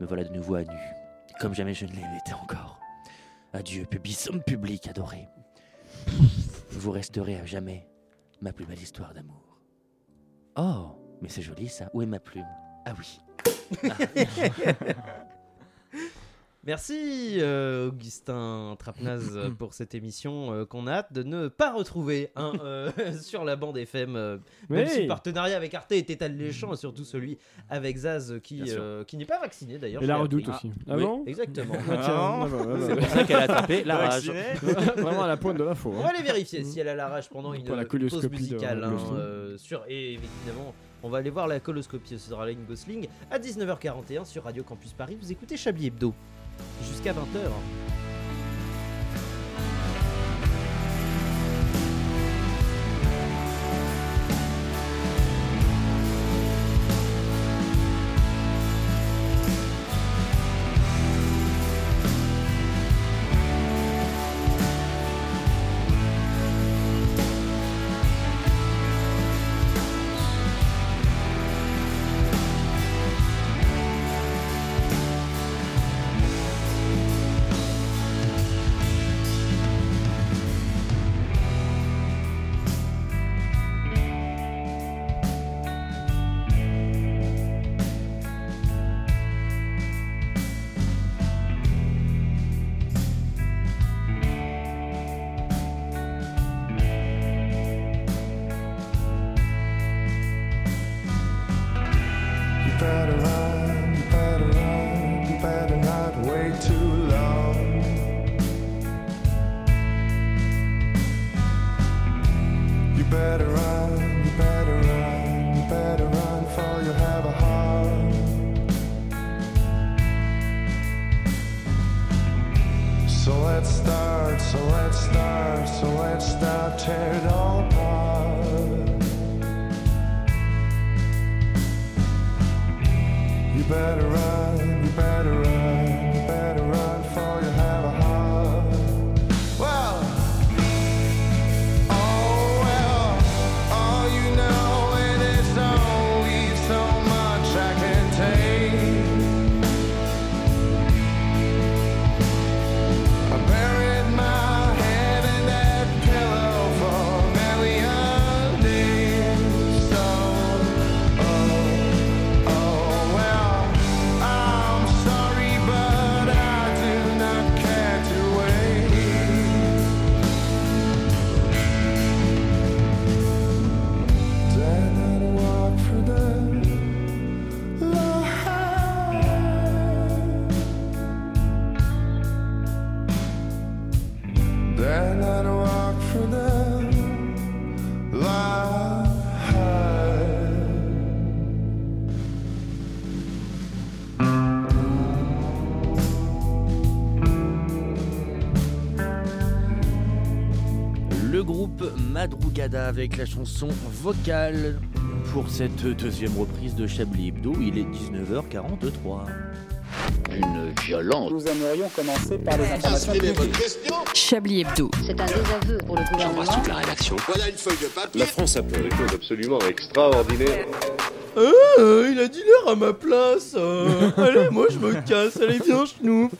Speaker 16: Me voilà de nouveau à nu, comme jamais je ne l'ai été encore. Adieu, pubis, homme public adoré. Vous resterez à jamais ma plus belle histoire d'amour. Oh, mais c'est joli ça. Où est ma plume Ah oui.
Speaker 4: Merci euh, Augustin Trapenaz euh, pour cette émission euh, qu'on a hâte de ne pas retrouver hein, euh, *laughs* sur la bande FM. euh, même
Speaker 3: Oui.
Speaker 4: si le partenariat avec Arte était alléchant et surtout celui avec Zaz euh, qui,
Speaker 3: Bien sûr.
Speaker 4: euh, qui n'est pas vacciné d'ailleurs.
Speaker 3: Et
Speaker 4: je
Speaker 3: la
Speaker 4: l'ai
Speaker 3: redoute
Speaker 4: appris.
Speaker 3: aussi.
Speaker 4: Ah,
Speaker 3: Ah
Speaker 4: oui,
Speaker 3: bon *laughs*
Speaker 4: Exactement.
Speaker 3: Ah, tiens,
Speaker 16: Hein
Speaker 3: ah bah, ah bah,
Speaker 16: C'est pour ça qu'elle a tapé la rage.
Speaker 3: *laughs* Vraiment à la pointe de l'info.
Speaker 4: On
Speaker 3: hein.
Speaker 4: va aller vérifier si elle a la rage pendant une
Speaker 3: Pour la
Speaker 4: euh, pause
Speaker 3: colonoscopie de
Speaker 4: musicale. hein,
Speaker 3: Gosling.
Speaker 4: euh, sur, et évidemment, on va aller voir la coloscopie sur Alain Gosling à 19h41 sur Radio Campus Paris. Vous écoutez Chablis Hebdo jusqu'à 20h.
Speaker 17: Thank
Speaker 18: better run, better run, better not wait too long. You better run, you better run, you better run, for you have a heart. So let's start, so let's start, so let's start, tear it all apart. You better run, you better run, you better run, for you have a heart. Well, oh well, all you know, and it's only so much I can take. I buried my head in that pillow for a million days. So, oh, oh well. I'm sorry, but I do not care to wait. Dare not walk through the light. Dare not walk through the light.
Speaker 16: Le groupe Madrugada avec la chanson vocale. Pour cette deuxième reprise de Chablis Hebdo, il est 19h43. Une violence.
Speaker 10: Nous aimerions commencer par les informations publiques.
Speaker 14: Chablis Hebdo.
Speaker 11: C'est un désaveu pour le gouvernement.
Speaker 12: la rédaction. Voilà une feuille de papier. La France a fait des choses absolument extraordinaires.
Speaker 19: Euh, il a dit l'heure hein, à ma place. euh. allez, moi je me casse. Allez, viens, schnouf.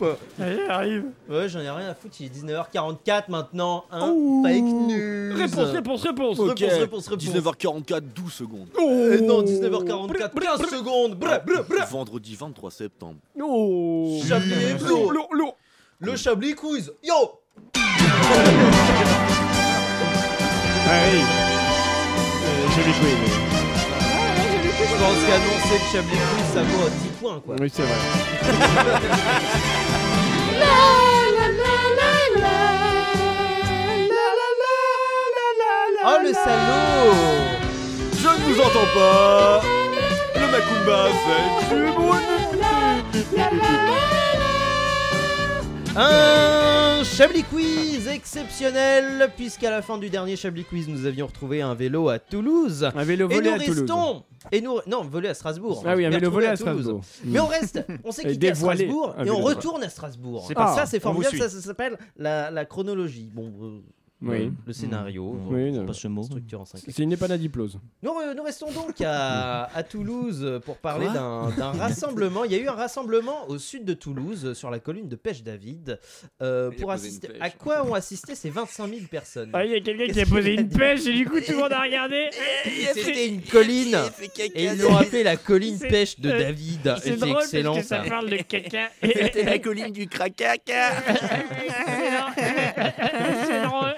Speaker 4: Allez, arrive. Ouais, j'en ai rien à foutre. Il est 19h44 maintenant. Hein
Speaker 19: Ouh.
Speaker 4: Fake news.
Speaker 19: Réponse, réponse, réponse.
Speaker 4: Ok.
Speaker 19: Ok.
Speaker 4: Réponse, réponse, réponse.
Speaker 16: 19h44, 12 secondes.
Speaker 4: Euh, non, 19h44, 15 secondes. Bref,
Speaker 16: Vendredi 23 septembre.
Speaker 4: Oh Chablis Hebdo Le Chablis Quiz Yo
Speaker 3: Ah oui. Euh, Chablis Quiz.
Speaker 4: Je pense qu'annoncer le Chablis Quiz, ça vaut 10 points, quoi.
Speaker 3: Oui, c'est
Speaker 4: *laughs*
Speaker 3: vrai.
Speaker 4: Oh, le salaud
Speaker 19: Je ne vous entends pas. Le Macumba, c'est du
Speaker 4: Un Chablis Quiz exceptionnel, puisqu'à la fin du dernier Chablis Quiz, nous avions retrouvé un vélo à Toulouse. Un vélo
Speaker 3: volé
Speaker 4: et nous
Speaker 3: à Toulouse.
Speaker 4: restons, Et nous, non, volé à Strasbourg.
Speaker 3: Ah oui, un
Speaker 4: Mais
Speaker 3: vélo volé
Speaker 4: retrouvé
Speaker 3: à Strasbourg.
Speaker 4: Mais on reste, on s'est
Speaker 3: Et
Speaker 4: quitté à
Speaker 3: dévoilé,
Speaker 4: Strasbourg
Speaker 3: un
Speaker 4: et on
Speaker 3: vélo volé.
Speaker 4: retourne à Strasbourg. Ah,
Speaker 3: C'est pas
Speaker 4: ça,
Speaker 3: grave,
Speaker 4: Ah, c'est
Speaker 3: on vous
Speaker 4: formidable,
Speaker 3: suit.
Speaker 4: ça, ça s'appelle la, la chronologie. Bon, euh,
Speaker 3: Oui.
Speaker 4: le scénario,
Speaker 3: Mmh.
Speaker 4: voilà,
Speaker 3: Oui,
Speaker 4: c'est
Speaker 3: non.
Speaker 4: pas ce mot. Structure en 5
Speaker 3: C'est une épanadiplose.
Speaker 4: nous, re- nous restons donc à,
Speaker 3: Hmm.
Speaker 4: à Toulouse pour parler
Speaker 3: Quoi
Speaker 4: d'un d'un rassemblement. Il y a eu un rassemblement au sud de Toulouse, sur la colline de Pêche David, euh, pour assister. À quoi ont assisté ces 25 000 personnes
Speaker 19: Ah, il y a quelqu'un
Speaker 4: Qu'est-ce qu'il a dit
Speaker 19: regardé.
Speaker 4: Et C'était une colline et ils l'ont appelé la colline pêche de David.
Speaker 19: C'est
Speaker 4: Et C'est
Speaker 19: drôle
Speaker 4: excellent
Speaker 19: parce que ça,
Speaker 4: ça.
Speaker 19: parle de caca.
Speaker 16: C'était la colline du cracaca.
Speaker 19: C'est drôle.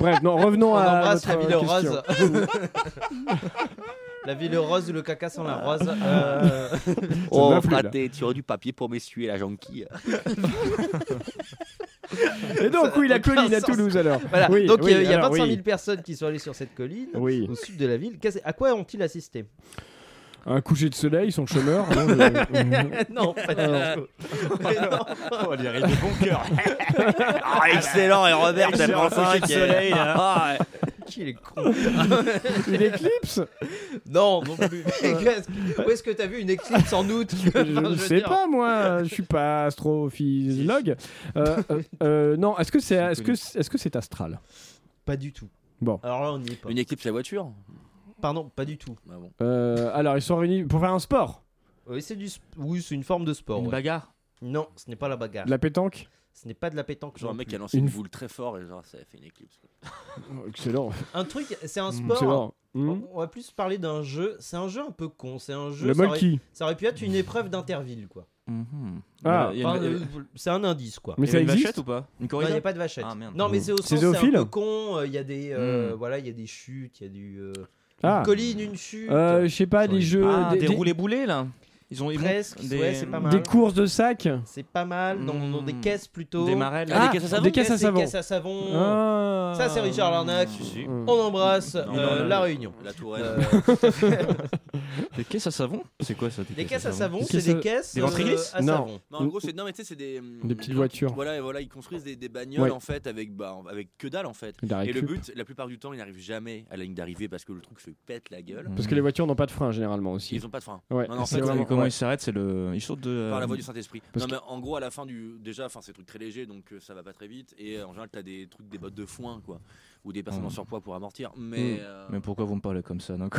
Speaker 3: Bref,
Speaker 4: *laughs*
Speaker 3: non, revenons
Speaker 4: On
Speaker 3: à
Speaker 4: embrasse la
Speaker 3: notre euh,
Speaker 4: ville rose. *laughs*
Speaker 3: question.
Speaker 4: la ville rose ou le caca sans
Speaker 3: Ah.
Speaker 4: la rose. euh.
Speaker 3: *laughs*
Speaker 16: oh, fraté, tu aurais du papier pour m'essuyer la jonquille.
Speaker 3: Et donc, oui, la
Speaker 4: Aucun
Speaker 3: colline à
Speaker 4: sens.
Speaker 3: Toulouse, alors.
Speaker 4: Voilà.
Speaker 3: Oui,
Speaker 4: donc il y a-
Speaker 3: oui,
Speaker 4: il y a
Speaker 3: alors,
Speaker 4: 25 000
Speaker 3: oui.
Speaker 4: personnes qui sont allées sur cette colline
Speaker 3: Oui.
Speaker 4: au sud de la ville. Qu'est-ce- À quoi
Speaker 3: *laughs*
Speaker 4: ont-ils assisté
Speaker 3: Un coucher de soleil, ils sont chômeurs.
Speaker 4: *laughs*
Speaker 3: hein, je-
Speaker 4: Non, pas du tout. *laughs* Mais non.
Speaker 19: Oh, il arrive de bon cœur.
Speaker 16: Ah, excellent, et Robert, t'as
Speaker 19: Excellent,
Speaker 16: pris un
Speaker 19: coucher de
Speaker 16: cinq, et-
Speaker 19: soleil, là.
Speaker 16: Ah, ouais.
Speaker 4: Qui est con *laughs*
Speaker 3: Une éclipse
Speaker 4: Non, non plus.
Speaker 3: *laughs*
Speaker 4: Qu'est-ce que- Où est-ce que t'as vu une éclipse en août
Speaker 3: Je ne sais pas, moi. Je suis pas astrophysiologue. Euh, euh, euh, non, est-ce que c'est est -ce que, est -ce que c'est astral
Speaker 4: Pas du tout.
Speaker 3: Bon.
Speaker 4: Alors là, on n'y est pas.
Speaker 16: Une éclipse à voiture
Speaker 4: Pardon, pas du tout.
Speaker 16: Ah bon.
Speaker 3: Euh, alors, ils sont réunis pour faire un sport.
Speaker 4: Oui, c'est du, sp- oui, c'est une forme de sport.
Speaker 16: Une
Speaker 4: ouais.
Speaker 16: bagarre
Speaker 4: Non, ce n'est pas la bagarre.
Speaker 3: De la pétanque
Speaker 4: Ce n'est pas de la pétanque.
Speaker 16: Genre un
Speaker 4: non
Speaker 16: mec qui
Speaker 4: plus.
Speaker 16: a lancé une
Speaker 3: Une-
Speaker 16: boule très fort et genre ça a fait une éclipse.
Speaker 3: Oh, Excellent.
Speaker 4: Un truc, c'est un
Speaker 3: Mm,
Speaker 4: sport.
Speaker 3: c'est marrant. Mm.
Speaker 4: On- On va plus parler d'un jeu. C'est un jeu un peu con. C'est un jeu.
Speaker 3: Le
Speaker 4: ça aurait-
Speaker 3: monkey.
Speaker 4: Ça aurait pu être une épreuve d'interville, quoi.
Speaker 3: Ah.
Speaker 16: Il y a une-
Speaker 4: Enfin,
Speaker 16: il y a-
Speaker 4: euh, c'est un indice, quoi.
Speaker 3: Mais
Speaker 4: Et
Speaker 3: ça
Speaker 4: une
Speaker 3: existe
Speaker 4: vachette
Speaker 16: ou pas Une
Speaker 4: Non, il
Speaker 16: corrida
Speaker 4: n'y a pas de vachette.
Speaker 16: Ah, merde.
Speaker 4: Non, mais c'est au
Speaker 3: C'est
Speaker 4: sens c'est un
Speaker 3: zoophile
Speaker 4: peu con. euh, Il y a des, euh, voilà, il y a des chutes, il y a du. euh,
Speaker 3: Ah.
Speaker 4: Une colline, une chute.
Speaker 3: Euh, je sais pas, des jeux.
Speaker 20: Ah, des, roulés-boulés là ils ont ils ont-
Speaker 4: Presque,
Speaker 20: des,
Speaker 4: ouais, c'est pas mal.
Speaker 3: Des courses de sacs
Speaker 4: C'est pas mal, dans, dans des caisses plutôt.
Speaker 20: Des marelles. Ah, des caisses à savon.
Speaker 4: Des
Speaker 20: Des
Speaker 4: caisses
Speaker 20: caisses
Speaker 4: à savon.
Speaker 20: Ah.
Speaker 4: Ça, c'est Richard Larnac.
Speaker 3: Hmm.
Speaker 4: On embrasse
Speaker 20: Non,
Speaker 4: euh,
Speaker 20: non, non,
Speaker 4: la
Speaker 20: non.
Speaker 4: Réunion.
Speaker 20: La Touraine.
Speaker 4: Euh, tout à fait.
Speaker 20: Des caisses à savon C'est quoi ça
Speaker 4: Des caisses à savon, c'est des caisses
Speaker 20: Des
Speaker 4: euh,
Speaker 20: ventriloques
Speaker 4: à
Speaker 3: Non.
Speaker 4: savon.
Speaker 21: *laughs* Non, en gros, c'est non, mais tu sais, c'est des hum,
Speaker 3: Des petites voitures.
Speaker 21: Voilà, et voilà, ils construisent des, des bagnoles
Speaker 3: Ouais.
Speaker 21: en fait avec bah, avec que dalle en fait.
Speaker 3: Et de la
Speaker 21: Et le
Speaker 3: récup.
Speaker 21: but, la plupart du temps, ils n'arrivent jamais à la ligne d'arrivée parce que le truc se pète la gueule.
Speaker 3: Parce que les voitures n'ont pas de frein généralement aussi.
Speaker 21: Ils ont pas de frein.
Speaker 3: Ouais.
Speaker 21: Non, non, en
Speaker 3: C'est
Speaker 21: fait, euh,
Speaker 3: vrai.
Speaker 21: vraiment,
Speaker 20: Comment
Speaker 3: Ouais.
Speaker 20: ils s'arrêtent C'est le. Ils sortent de.
Speaker 21: Par la voie du Saint-Esprit.
Speaker 20: Parce
Speaker 21: Non, mais en gros, à la fin du. Déjà, enfin, c'est des trucs très légers, donc euh, ça va pas très vite. Et euh, en général, t'as des trucs, des bottes de foin, quoi. Ou des personnes
Speaker 20: Mm.
Speaker 21: en surpoids pour amortir. Mais.
Speaker 20: Mm.
Speaker 21: euh,
Speaker 20: Mais pourquoi vous me parlez comme ça donc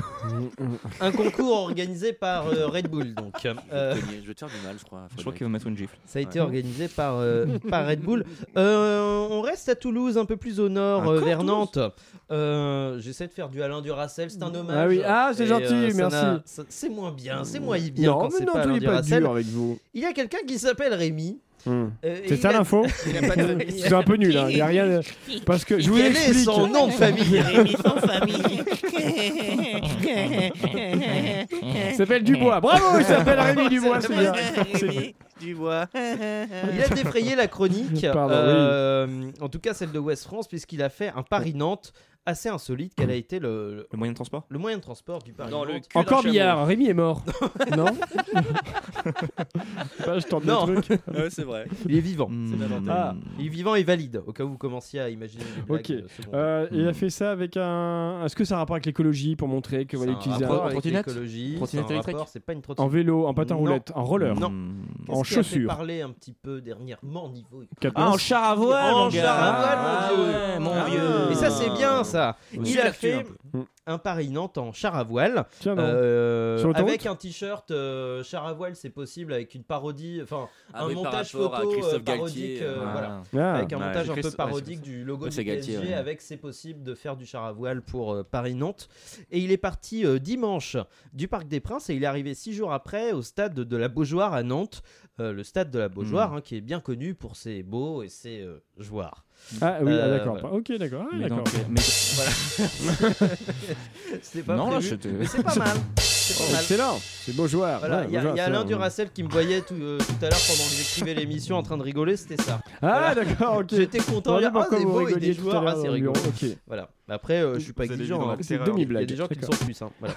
Speaker 4: Un concours organisé par euh, Red Bull, donc. Euh,
Speaker 21: Je vais te faire du mal, je crois.
Speaker 20: Je crois qu'il va mettre une gifle.
Speaker 4: Ça a été organisé par, euh,
Speaker 3: *laughs*
Speaker 4: par Red Bull. Euh, on reste à Toulouse, un peu plus au
Speaker 3: Ah,
Speaker 4: nord, euh, vers Nantes. Euh, J'essaie de faire du Alain Duracel, c'est un hommage.
Speaker 3: Ah oui, ah, c'est
Speaker 4: Et, euh,
Speaker 3: gentil,
Speaker 4: ça
Speaker 3: merci.
Speaker 4: n'a- ça- C'est moins bien, c'est moins bien
Speaker 3: Non,
Speaker 4: quand
Speaker 3: mais
Speaker 4: c'est
Speaker 3: non,
Speaker 4: pas
Speaker 3: tout
Speaker 4: Alain
Speaker 3: est pas
Speaker 4: Duracel.
Speaker 3: dur avec vous.
Speaker 4: Il y a quelqu'un qui s'appelle Rémi.
Speaker 21: Hum.
Speaker 3: Hmm.
Speaker 4: Euh, et
Speaker 3: c'est
Speaker 4: il
Speaker 3: ça
Speaker 4: a-
Speaker 3: l'info
Speaker 4: *laughs* Il a pas de-
Speaker 3: C'est un peu nul, hein. il y a rien. Parce que je vous
Speaker 4: Quel est
Speaker 3: explique.
Speaker 4: son nom de
Speaker 3: *laughs*
Speaker 4: famille Rémi, son
Speaker 3: Il s'appelle Dubois. Bravo, il
Speaker 4: *laughs*
Speaker 3: s'appelle Rémi Dubois,
Speaker 4: C'est
Speaker 3: c'est bien.
Speaker 4: Rémi Dubois. Il a défrayé la chronique,
Speaker 3: Pardon,
Speaker 4: euh, en tout cas celle de West France, puisqu'il a fait un Paris-Nantes assez insolite.
Speaker 3: Mmh.
Speaker 4: Quel a été le, le
Speaker 20: moyen de transport
Speaker 4: Le moyen de transport du Paris.
Speaker 20: Dans le cul
Speaker 3: Encore billard, Rémi est
Speaker 4: *laughs*
Speaker 3: mort. non Bah, Je tente le
Speaker 4: Non.
Speaker 3: truc.
Speaker 21: Ouais, c'est vrai.
Speaker 4: Il est vivant.
Speaker 3: Mmh.
Speaker 20: Hmm.
Speaker 4: Ah, il est vivant et valide. Au cas où vous commenciez à imaginer. des blagues
Speaker 3: Ok.
Speaker 4: de second
Speaker 3: Euh, il a fait ça avec un. Est-ce que ça a un rapport avec l'écologie pour montrer que
Speaker 4: C'est
Speaker 3: voilà
Speaker 4: un
Speaker 3: utiliser
Speaker 4: rapport
Speaker 3: un-
Speaker 4: avec l'écologie, c'est un rapport, c'est pas une trottinette.
Speaker 3: En vélo, en patin
Speaker 4: Non.
Speaker 3: roulette, en roller,
Speaker 4: Non.
Speaker 3: en
Speaker 4: Qu'est-ce qui a fait
Speaker 3: chaussures.
Speaker 4: parler un petit peu dernièrement niveau.
Speaker 3: Quatre
Speaker 20: Ah, en
Speaker 3: lances.
Speaker 20: char à voile,
Speaker 4: En
Speaker 20: mon gars.
Speaker 4: char à voile,
Speaker 20: Ah
Speaker 4: mon vieux.
Speaker 20: ouais, mon
Speaker 4: Ah,
Speaker 20: vieux.
Speaker 4: Et ça, c'est bien, ça.
Speaker 20: Oui.
Speaker 4: Il a
Speaker 20: Superflu, un
Speaker 4: fait un Paris-Nantes en char à voile.
Speaker 3: Tiens, Hmm. Ah non.
Speaker 4: euh,
Speaker 3: Sur l'autoroute
Speaker 4: avec un t-shirt euh, char à voile, c'est possible, avec une parodie, enfin,
Speaker 21: Ah
Speaker 4: un
Speaker 21: oui, par
Speaker 4: montage
Speaker 21: rapport à
Speaker 4: photo euh,
Speaker 21: Christophe
Speaker 4: parodique.
Speaker 21: Galtier,
Speaker 4: euh,
Speaker 21: euh,
Speaker 4: voilà.
Speaker 3: Ah.
Speaker 4: Avec un
Speaker 21: Ouais,
Speaker 4: montage un peu
Speaker 21: Christ- ouais,
Speaker 4: parodique
Speaker 21: c'est-
Speaker 4: du logo
Speaker 21: Ouais,
Speaker 4: du
Speaker 21: c'est Galtier,
Speaker 4: PSG,
Speaker 21: ouais.
Speaker 4: avec c'est possible de faire du char à voile pour euh, Paris-Nantes. Et il est parti euh, dimanche du Parc des Princes et il est arrivé six jours après au stade de la Beaujoire à Nantes. Euh, le stade de la Beaujoire,
Speaker 3: Hmm.
Speaker 4: hein, qui est bien connu pour ses beaux et ses euh,
Speaker 3: *laughs*
Speaker 4: joueurs.
Speaker 3: Ah oui, ah,
Speaker 4: Euh,
Speaker 3: d'accord.
Speaker 4: voilà.
Speaker 3: Ok, d'accord. Ah,
Speaker 20: Mais
Speaker 3: d'accord.
Speaker 20: donc, mais-
Speaker 4: Voilà. C'était pas
Speaker 20: Non, là,
Speaker 4: prévu,
Speaker 20: c'était-
Speaker 4: mais c'est pas
Speaker 20: *laughs*
Speaker 4: mal. C'est pas
Speaker 3: Oh,
Speaker 4: mal.
Speaker 3: Excellent, c'est beau joueur.
Speaker 4: Voilà,
Speaker 3: Ouais,
Speaker 4: il y a,
Speaker 3: beau
Speaker 4: il y a
Speaker 3: joueur,
Speaker 4: Alain
Speaker 3: ça.
Speaker 4: Duracel qui me voyait tout, euh, tout à l'heure pendant que j'écrivais l'émission en train de rigoler, c'était ça.
Speaker 3: Ah,
Speaker 4: Voilà.
Speaker 3: d'accord,
Speaker 4: *laughs*
Speaker 3: ok.
Speaker 4: J'étais content, il y
Speaker 3: Voilà
Speaker 4: a ah,
Speaker 3: pourquoi
Speaker 4: des
Speaker 3: vous
Speaker 4: beaux et
Speaker 3: rigoliez
Speaker 4: des
Speaker 3: tout à
Speaker 4: joueurs,
Speaker 3: l'heure
Speaker 4: ah, c'est
Speaker 3: dans le
Speaker 4: rigolo.
Speaker 3: bureau, ok.
Speaker 4: Voilà. Après, euh, je suis pas
Speaker 3: Vous allez
Speaker 4: exigeant.
Speaker 3: dans la
Speaker 4: hein.
Speaker 3: terreur. C'est une
Speaker 4: Il y a
Speaker 3: demi-blague,
Speaker 4: des gens qui le sont
Speaker 3: d'accord.
Speaker 4: plus. hein, voilà.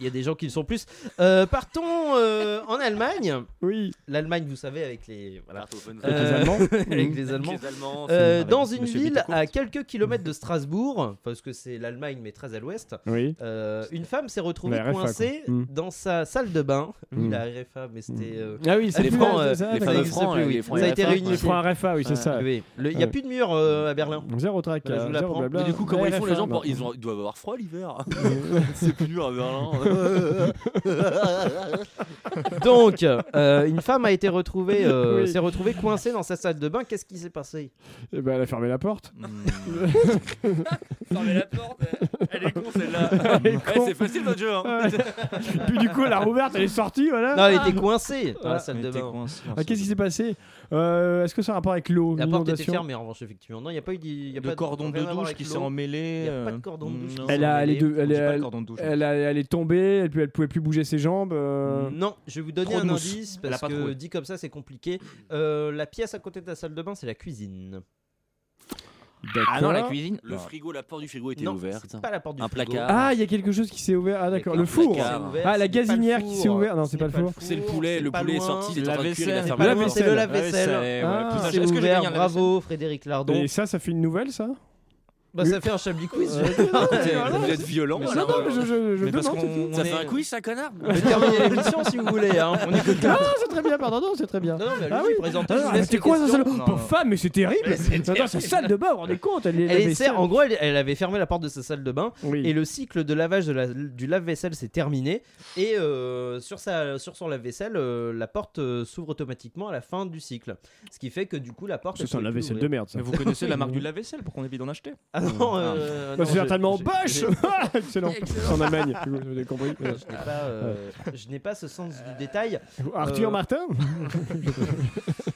Speaker 4: Il y a des gens qui le sont plus. Euh, partons euh, en Allemagne.
Speaker 3: Oui.
Speaker 4: L'Allemagne, vous savez, avec les.
Speaker 3: *laughs*
Speaker 4: Voilà.
Speaker 21: Avec
Speaker 3: les Allemands. Mhm.
Speaker 4: avec les Allemands.
Speaker 21: Avec les Allemands,
Speaker 4: Euh,
Speaker 21: c'est-
Speaker 4: dans
Speaker 21: avec
Speaker 4: une
Speaker 21: Monsieur
Speaker 4: ville
Speaker 21: Bittencourt.
Speaker 4: à quelques kilomètres de Strasbourg, parce que c'est l'Allemagne, mais très à l'ouest.
Speaker 3: Oui.
Speaker 4: euh, une femme s'est retrouvée
Speaker 3: La RFA,
Speaker 4: coincée
Speaker 3: quoi. Mhm.
Speaker 4: dans sa salle de bain. Oui,
Speaker 3: Mhm.
Speaker 4: la RFA, mais c'était. euh,
Speaker 3: Ah oui, c'est
Speaker 4: les
Speaker 3: plus-
Speaker 4: francs.
Speaker 3: c'est
Speaker 4: euh,
Speaker 3: ça,
Speaker 4: les
Speaker 3: d'accord.
Speaker 4: ça
Speaker 21: Les
Speaker 4: n'existe
Speaker 21: francs,
Speaker 4: plus,
Speaker 21: les
Speaker 4: oui.
Speaker 21: francs
Speaker 4: Ça a été
Speaker 21: RFA,
Speaker 4: réuni.
Speaker 3: Les francs RFA, oui, c'est ça.
Speaker 4: Oui. Le- Il n'y a
Speaker 3: Ouais.
Speaker 4: plus de mur euh, à Berlin.
Speaker 3: Zéro track.
Speaker 4: Voilà, je vous
Speaker 3: euh, zéro
Speaker 4: l'apprends.
Speaker 3: blabla.
Speaker 4: Mais
Speaker 21: Du coup, comment ils font les gens
Speaker 3: RFA,
Speaker 21: pour- Ils ont- ils doivent avoir froid l'hiver. c'est plus dur à Berlin.
Speaker 4: Donc, euh, une femme a été retrouvée, euh,
Speaker 3: *laughs* Oui.
Speaker 4: s'est retrouvée coincée dans sa salle de bain. Qu'est-ce qui s'est passé
Speaker 3: Eh ben, elle a fermé la porte.
Speaker 21: Fermez la porte, elle est con celle-là.
Speaker 3: Elle est con.
Speaker 21: c'est facile votre jeu. hein.
Speaker 3: Ouais. *laughs* Puis du coup, elle a rouverte, elle est sortie, voilà.
Speaker 4: Non, elle était coincée dans la
Speaker 3: Ah.
Speaker 4: salle de bain.
Speaker 3: Ah, Qu'est-ce qui s'est passé Euh, Est-ce que ça a un rapport avec l'eau
Speaker 4: La porte était
Speaker 3: l'inondation
Speaker 4: fermée en revanche, effectivement. Non, il n'y a pas eu d'y- y a
Speaker 20: De
Speaker 4: pas
Speaker 20: cordon
Speaker 4: rien
Speaker 20: de
Speaker 4: à voir
Speaker 20: douche
Speaker 4: avec
Speaker 20: qui
Speaker 4: l'eau.
Speaker 20: s'est emmêlé.
Speaker 4: Y a pas de
Speaker 20: euh,
Speaker 4: cordon de douche qui
Speaker 20: non.
Speaker 4: s'est
Speaker 3: Elle, a, elle, est
Speaker 4: emmêlée.
Speaker 3: deux- elle,
Speaker 20: J'ai
Speaker 3: est-
Speaker 20: pas le cordon de douche,
Speaker 3: elle a- elle est tombée, elle, pu- elle pouvait plus bouger ses jambes. euh.
Speaker 4: Non, je vais vous donner
Speaker 20: Trop de
Speaker 4: un
Speaker 20: mousse.
Speaker 4: indice
Speaker 20: Elle a
Speaker 4: parce
Speaker 20: pas
Speaker 4: que
Speaker 20: trouvé.
Speaker 4: dit comme ça, c'est compliqué. Euh, la pièce à côté de la salle de bain, c'est la cuisine.
Speaker 21: Ah non, la
Speaker 3: D'accord.
Speaker 21: cuisine. Le
Speaker 20: Non.
Speaker 21: frigo, la porte du frigo était
Speaker 4: Non,
Speaker 21: ouverte.
Speaker 4: c'est pas la porte du
Speaker 21: Un
Speaker 4: frigo.
Speaker 21: placard.
Speaker 3: Ah, il y a quelque chose qui s'est ouvert. Ah, d'accord.
Speaker 21: pas
Speaker 3: Le
Speaker 21: un
Speaker 3: four.
Speaker 21: placard.
Speaker 4: C'est ouvert,
Speaker 3: Ah,
Speaker 4: ce
Speaker 3: la
Speaker 4: n'est pas le
Speaker 3: gazinière qui s'est
Speaker 4: four.
Speaker 3: ouverte. Non, c'est pas le
Speaker 4: pas le
Speaker 3: four.
Speaker 21: C'est le poulet,
Speaker 4: c'est
Speaker 21: le
Speaker 4: pas
Speaker 21: poulet est
Speaker 4: loin.
Speaker 21: sorti, il est en
Speaker 20: La
Speaker 21: train de cuire, il a
Speaker 20: vaisselle.
Speaker 3: La
Speaker 21: fermé la
Speaker 4: Non,
Speaker 21: porte.
Speaker 4: C'est le
Speaker 3: La
Speaker 4: lave-vaisselle.
Speaker 20: vaisselle,
Speaker 3: ouais.
Speaker 20: ouais.
Speaker 3: Ah,
Speaker 20: Putain,
Speaker 4: C'est
Speaker 20: est-ce que j'ai gagné
Speaker 4: ouvert,
Speaker 20: un
Speaker 4: bravo Frédéric Lardon.
Speaker 3: Et ça, ça fait une nouvelle, ça
Speaker 4: Bah, ça fait un chablis quiz.
Speaker 3: *laughs*
Speaker 4: je
Speaker 21: Vous êtes- Vous êtes violent.
Speaker 3: Oh, Non, non, mais je, je, je
Speaker 20: Mais parce
Speaker 3: demande.
Speaker 16: *laughs*
Speaker 20: qu'on
Speaker 21: Ça
Speaker 20: on
Speaker 21: fait un
Speaker 20: est-
Speaker 21: quiz, ça connard
Speaker 4: vais
Speaker 3: *laughs*
Speaker 4: terminer l'émission si vous voulez. hein. On écoute
Speaker 3: Non, c'est très bien, pardon, non, c'est très bien.
Speaker 4: Non, non, mais
Speaker 3: Ah
Speaker 4: allez-y,
Speaker 3: oui.
Speaker 4: présentez, je vous
Speaker 3: Ah, mais
Speaker 4: laisse
Speaker 3: C'était
Speaker 4: les
Speaker 3: quoi ça
Speaker 4: questions.
Speaker 3: ça-
Speaker 20: Non.
Speaker 3: Pour femme, mais c'est terrible. Attends, sa salle de bain, vous vous rendez compte Elle est la
Speaker 4: Elle
Speaker 3: vaisselle.
Speaker 4: sert- en gros, elle, elle avait fermé la porte de sa salle de bain
Speaker 3: Oui.
Speaker 4: et le cycle de lavage de la- du lave-vaisselle s'est terminé. Et euh, sur, sa, sur son lave-vaisselle, euh, la porte euh, s'ouvre automatiquement à la fin du cycle. Ce qui fait que du coup, la porte.
Speaker 3: Ce
Speaker 4: elle
Speaker 3: sont
Speaker 4: pouvait
Speaker 3: la
Speaker 4: plus
Speaker 3: vaisselle de
Speaker 4: ouvrir.
Speaker 3: merde, ça.
Speaker 20: Mais vous connaissez la marque du lave-vaisselle pour qu'on évite d'en acheter.
Speaker 4: Ah non, euh,
Speaker 3: *laughs* Bah,
Speaker 4: non,
Speaker 3: c'est
Speaker 4: je-
Speaker 3: certainement
Speaker 4: je-
Speaker 3: Bosch *laughs* Ah,
Speaker 4: je-
Speaker 3: Excellent. En Allemagne, vous avez compris.
Speaker 4: Je n'ai pas, euh, je n'ai pas ce sens du détail.
Speaker 3: Arthur
Speaker 4: Euh,
Speaker 3: Martin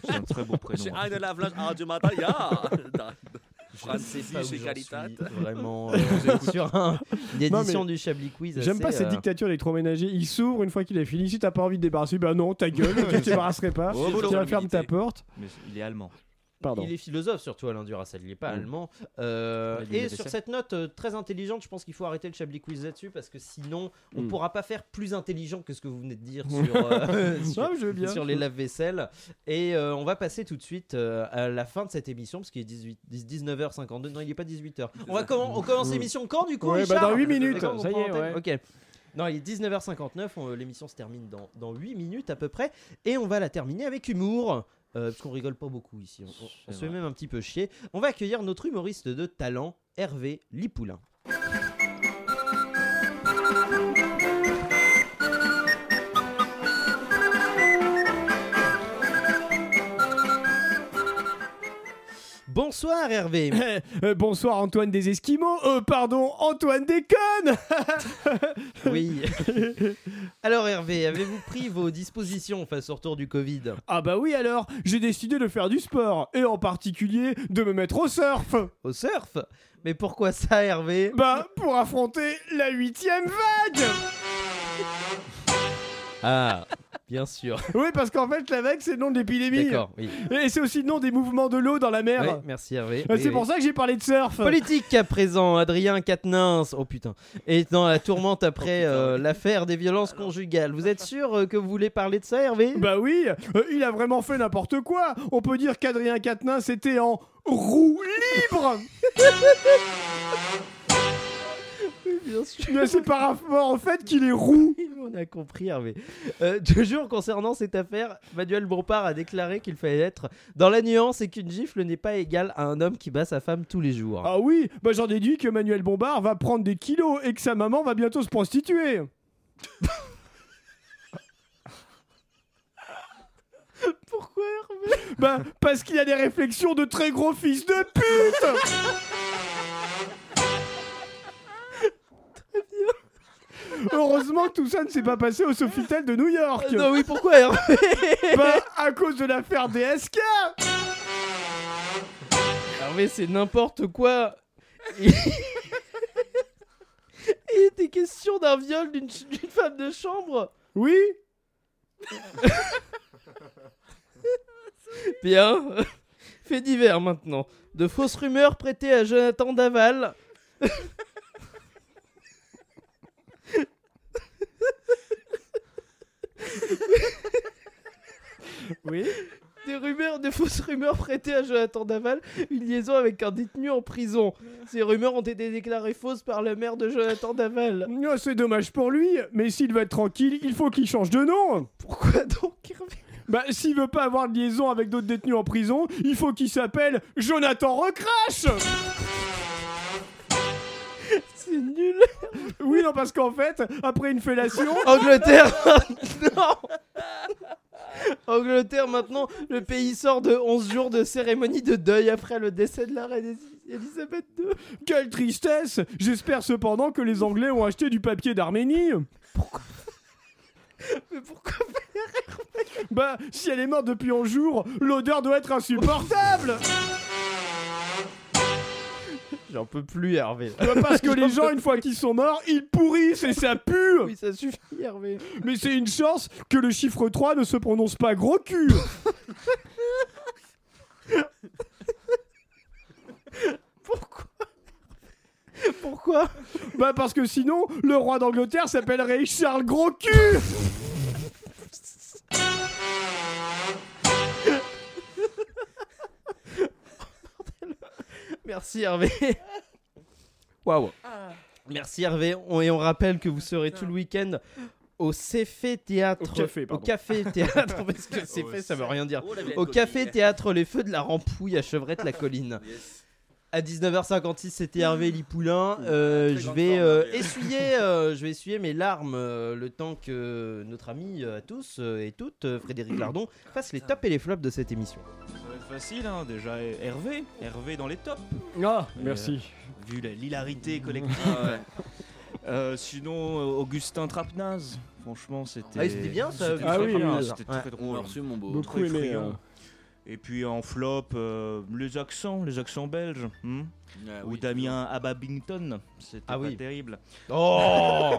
Speaker 20: C'est un très beau prénom.
Speaker 16: hein.
Speaker 21: J'ai un de la Vlanche, ah, du matin, ya Francis
Speaker 4: sais pas où j'en
Speaker 21: Caritat.
Speaker 4: suis,
Speaker 21: *laughs*
Speaker 4: Vraiment, euh,
Speaker 21: Je vous écoute.
Speaker 4: sur un- une
Speaker 3: Non,
Speaker 4: édition
Speaker 3: mais
Speaker 4: du Chablis Quiz.
Speaker 3: J'aime pas
Speaker 4: assez,
Speaker 3: cette
Speaker 4: euh,
Speaker 3: dictature électroménager. Il s'ouvre une fois qu'il est fini. Si t'as pas envie de débarrasser, bah non, ta gueule, tu te débarrasserais pas.
Speaker 4: Oh,
Speaker 3: tu vas
Speaker 4: boulot.
Speaker 3: fermer ta porte.
Speaker 20: Mais il est allemand.
Speaker 3: Pardon.
Speaker 4: Il est philosophe surtout Alain Duracell, il n'est pas
Speaker 3: Mm.
Speaker 4: allemand. Euh,
Speaker 20: Il a lu
Speaker 4: et
Speaker 20: les
Speaker 4: sur
Speaker 20: essais.
Speaker 4: cette note euh, très intelligente, je pense qu'il faut arrêter le Chablis Quiz là-dessus parce que sinon on
Speaker 3: Hmm.
Speaker 4: ne
Speaker 20: Mm.
Speaker 4: pourra pas faire plus intelligent que ce que vous venez de dire sur,
Speaker 3: *laughs*
Speaker 4: euh, *laughs* sur,
Speaker 3: Ah, je veux bien.
Speaker 4: sur les lave-vaisselle. Et euh, on va passer tout de suite euh, à la fin de cette émission parce qu'il est 18, 19h52. Non, il n'est pas 18h. On, va commen- on commence l'émission quand du coup
Speaker 3: Ouais, bah,
Speaker 4: Richard
Speaker 3: dans huit minutes,
Speaker 4: D'accord, on
Speaker 3: ça y
Speaker 4: prend
Speaker 3: est,
Speaker 4: l'antenne.
Speaker 3: ouais.
Speaker 4: Ok. Non, il est 19h59, on- l'émission se termine dans, dans 8 minutes à peu près, et on va la terminer avec humour, euh, parce qu'on rigole pas beaucoup ici, on, on- on se fait même un petit peu chier. On va accueillir notre humoriste de talent, Hervé Lipoulin. Bonsoir *laughs* Hervé.
Speaker 3: *coughs* Euh, bonsoir Antoine des Esquimaux. Euh, pardon, Antoine des connes.
Speaker 4: Oui. Alors Hervé, avez-vous pris vos dispositions face au retour du Covid
Speaker 3: ah bah oui alors, j'ai décidé de faire du sport et en particulier de me mettre au surf.
Speaker 4: Au surf Mais pourquoi ça Hervé
Speaker 3: Bah pour affronter la huitième vague.
Speaker 4: Ah, bien sûr.
Speaker 3: Oui parce qu'en fait la vague c'est le nom de l'épidémie.
Speaker 4: D'accord, oui.
Speaker 3: Et c'est aussi le nom des mouvements de l'eau dans la mer.
Speaker 4: Ouais, merci Hervé.
Speaker 3: Euh,
Speaker 4: Oui,
Speaker 3: c'est
Speaker 4: oui.
Speaker 3: pour ça que j'ai parlé de surf.
Speaker 4: Politique à présent, Adrien Quatennens, oh putain, est dans la
Speaker 3: Oh,
Speaker 4: tourmente après euh, l'affaire des violences conjugales. Vous êtes sûr euh, que vous voulez parler de ça, Hervé
Speaker 3: Bah oui, euh, il a vraiment fait n'importe quoi. On peut dire qu'Adrien Quatennin c'était en roue
Speaker 4: *laughs*
Speaker 3: libre.
Speaker 4: *laughs* Bien sûr. *laughs*
Speaker 3: Mais c'est par rapport au fait qu'il est roux.
Speaker 4: On a compris, Hervé. Euh, toujours concernant cette affaire, Manuel Bompard a déclaré qu'il fallait être dans la nuance et qu'une gifle n'est pas égale à un homme qui bat sa femme tous les jours.
Speaker 3: Ah oui, bah j'en déduis que Manuel Bombard va prendre des kilos et que sa maman va bientôt se prostituer.
Speaker 4: *laughs* Pourquoi, Hervé
Speaker 3: Bah parce qu'il a des réflexions de très gros fils de
Speaker 4: *laughs*
Speaker 3: pute. *laughs* Heureusement que tout ça ne s'est pas passé au Sofitel de New York.
Speaker 4: Euh, Ah Non, oui,
Speaker 3: *laughs*
Speaker 4: pourquoi, Hervé
Speaker 3: Bah à cause de l'affaire DSK.
Speaker 4: Hervé, c'est n'importe quoi. *laughs* Il... Il était question d'un viol d'une ch- d'une femme de chambre.
Speaker 3: Oui.
Speaker 4: Bien. *laughs* Fait divers maintenant. De fausses rumeurs prêtées à Jonathan Daval.
Speaker 3: Oui.
Speaker 4: Des rumeurs, de fausses rumeurs prêtées à Jonathan Daval, une liaison avec un détenu en prison. Ces rumeurs ont été déclarées fausses par la mère de Jonathan Daval.
Speaker 3: Non, oh, c'est dommage pour lui, mais s'il veut être tranquille, il faut qu'il change de nom.
Speaker 4: Pourquoi donc Hervé
Speaker 3: Bah s'il veut pas avoir de liaison avec d'autres détenus en prison, il faut qu'il s'appelle Jonathan Recrache.
Speaker 4: *laughs* C'est nul.
Speaker 3: Oui, non, parce qu'en fait, après une
Speaker 4: *laughs*
Speaker 3: fellation,
Speaker 4: Angleterre maintenant Angleterre maintenant, le pays sort de 11 jours de cérémonie de deuil après le décès de la reine Elisabeth II.
Speaker 3: quelle tristesse J'espère cependant que les Anglais ont acheté du papier d'Arménie.
Speaker 4: Mais pourquoi
Speaker 3: Bah, si elle est morte depuis 11 jours, l'odeur doit être insupportable
Speaker 4: J'en peux plus Hervé.
Speaker 3: Bah, Parce que les gens, une fois qu'ils sont morts, ils pourrissent et ça pue
Speaker 4: Oui, ça suffit Hervé.
Speaker 3: Mais c'est une chance que le chiffre 3 ne se prononce pas gros cul
Speaker 4: Pourquoi Pourquoi
Speaker 3: Bah, parce que sinon, le roi d'Angleterre s'appellerait Charles Gros cul
Speaker 4: Merci Hervé. *laughs* Waouh. Merci Hervé. On- et on rappelle que vous serez tout le week-end au Café Théâtre.
Speaker 3: Au café, pardon. Oh,
Speaker 4: Café Théâtre, *laughs* parce que Céfé, ça veut rien dire. au Café Théâtre Les Feux de la Rampouille à Chevrette-la-Colline. À 19h56, c'était Hervé Lipoulin. Euh, je vais euh, essuyer, euh, je vais essuyer mes larmes euh, le temps que notre ami euh, à tous euh, et toutes, euh, Frédéric Lardon, fasse les tops et les flops de cette émission.
Speaker 20: Ça va être facile, hein, déjà Hervé. Hervé dans les tops.
Speaker 3: Ah,
Speaker 20: merci. Vu la-
Speaker 4: Ah
Speaker 20: l'hilarité collective. Euh, sinon, euh, Augustin Trapnaz. Franchement, c'était.
Speaker 4: Ah, c'était bien, ça,
Speaker 20: c'était
Speaker 3: Ah
Speaker 20: très
Speaker 3: oui,
Speaker 20: bien,
Speaker 3: oui.
Speaker 20: C'était
Speaker 4: Ouais.
Speaker 20: très drôle.
Speaker 21: reçu mon beau.
Speaker 4: euh,
Speaker 3: Beaucoup aimé.
Speaker 20: friand.
Speaker 3: hein.
Speaker 20: Et puis en flop, euh, les accents, les accents belges. hmm
Speaker 16: Ah
Speaker 20: Ou
Speaker 16: oui,
Speaker 20: Damien Ababington, c'était
Speaker 4: Ah
Speaker 20: pas
Speaker 4: oui.
Speaker 20: terrible. *laughs*
Speaker 4: Oh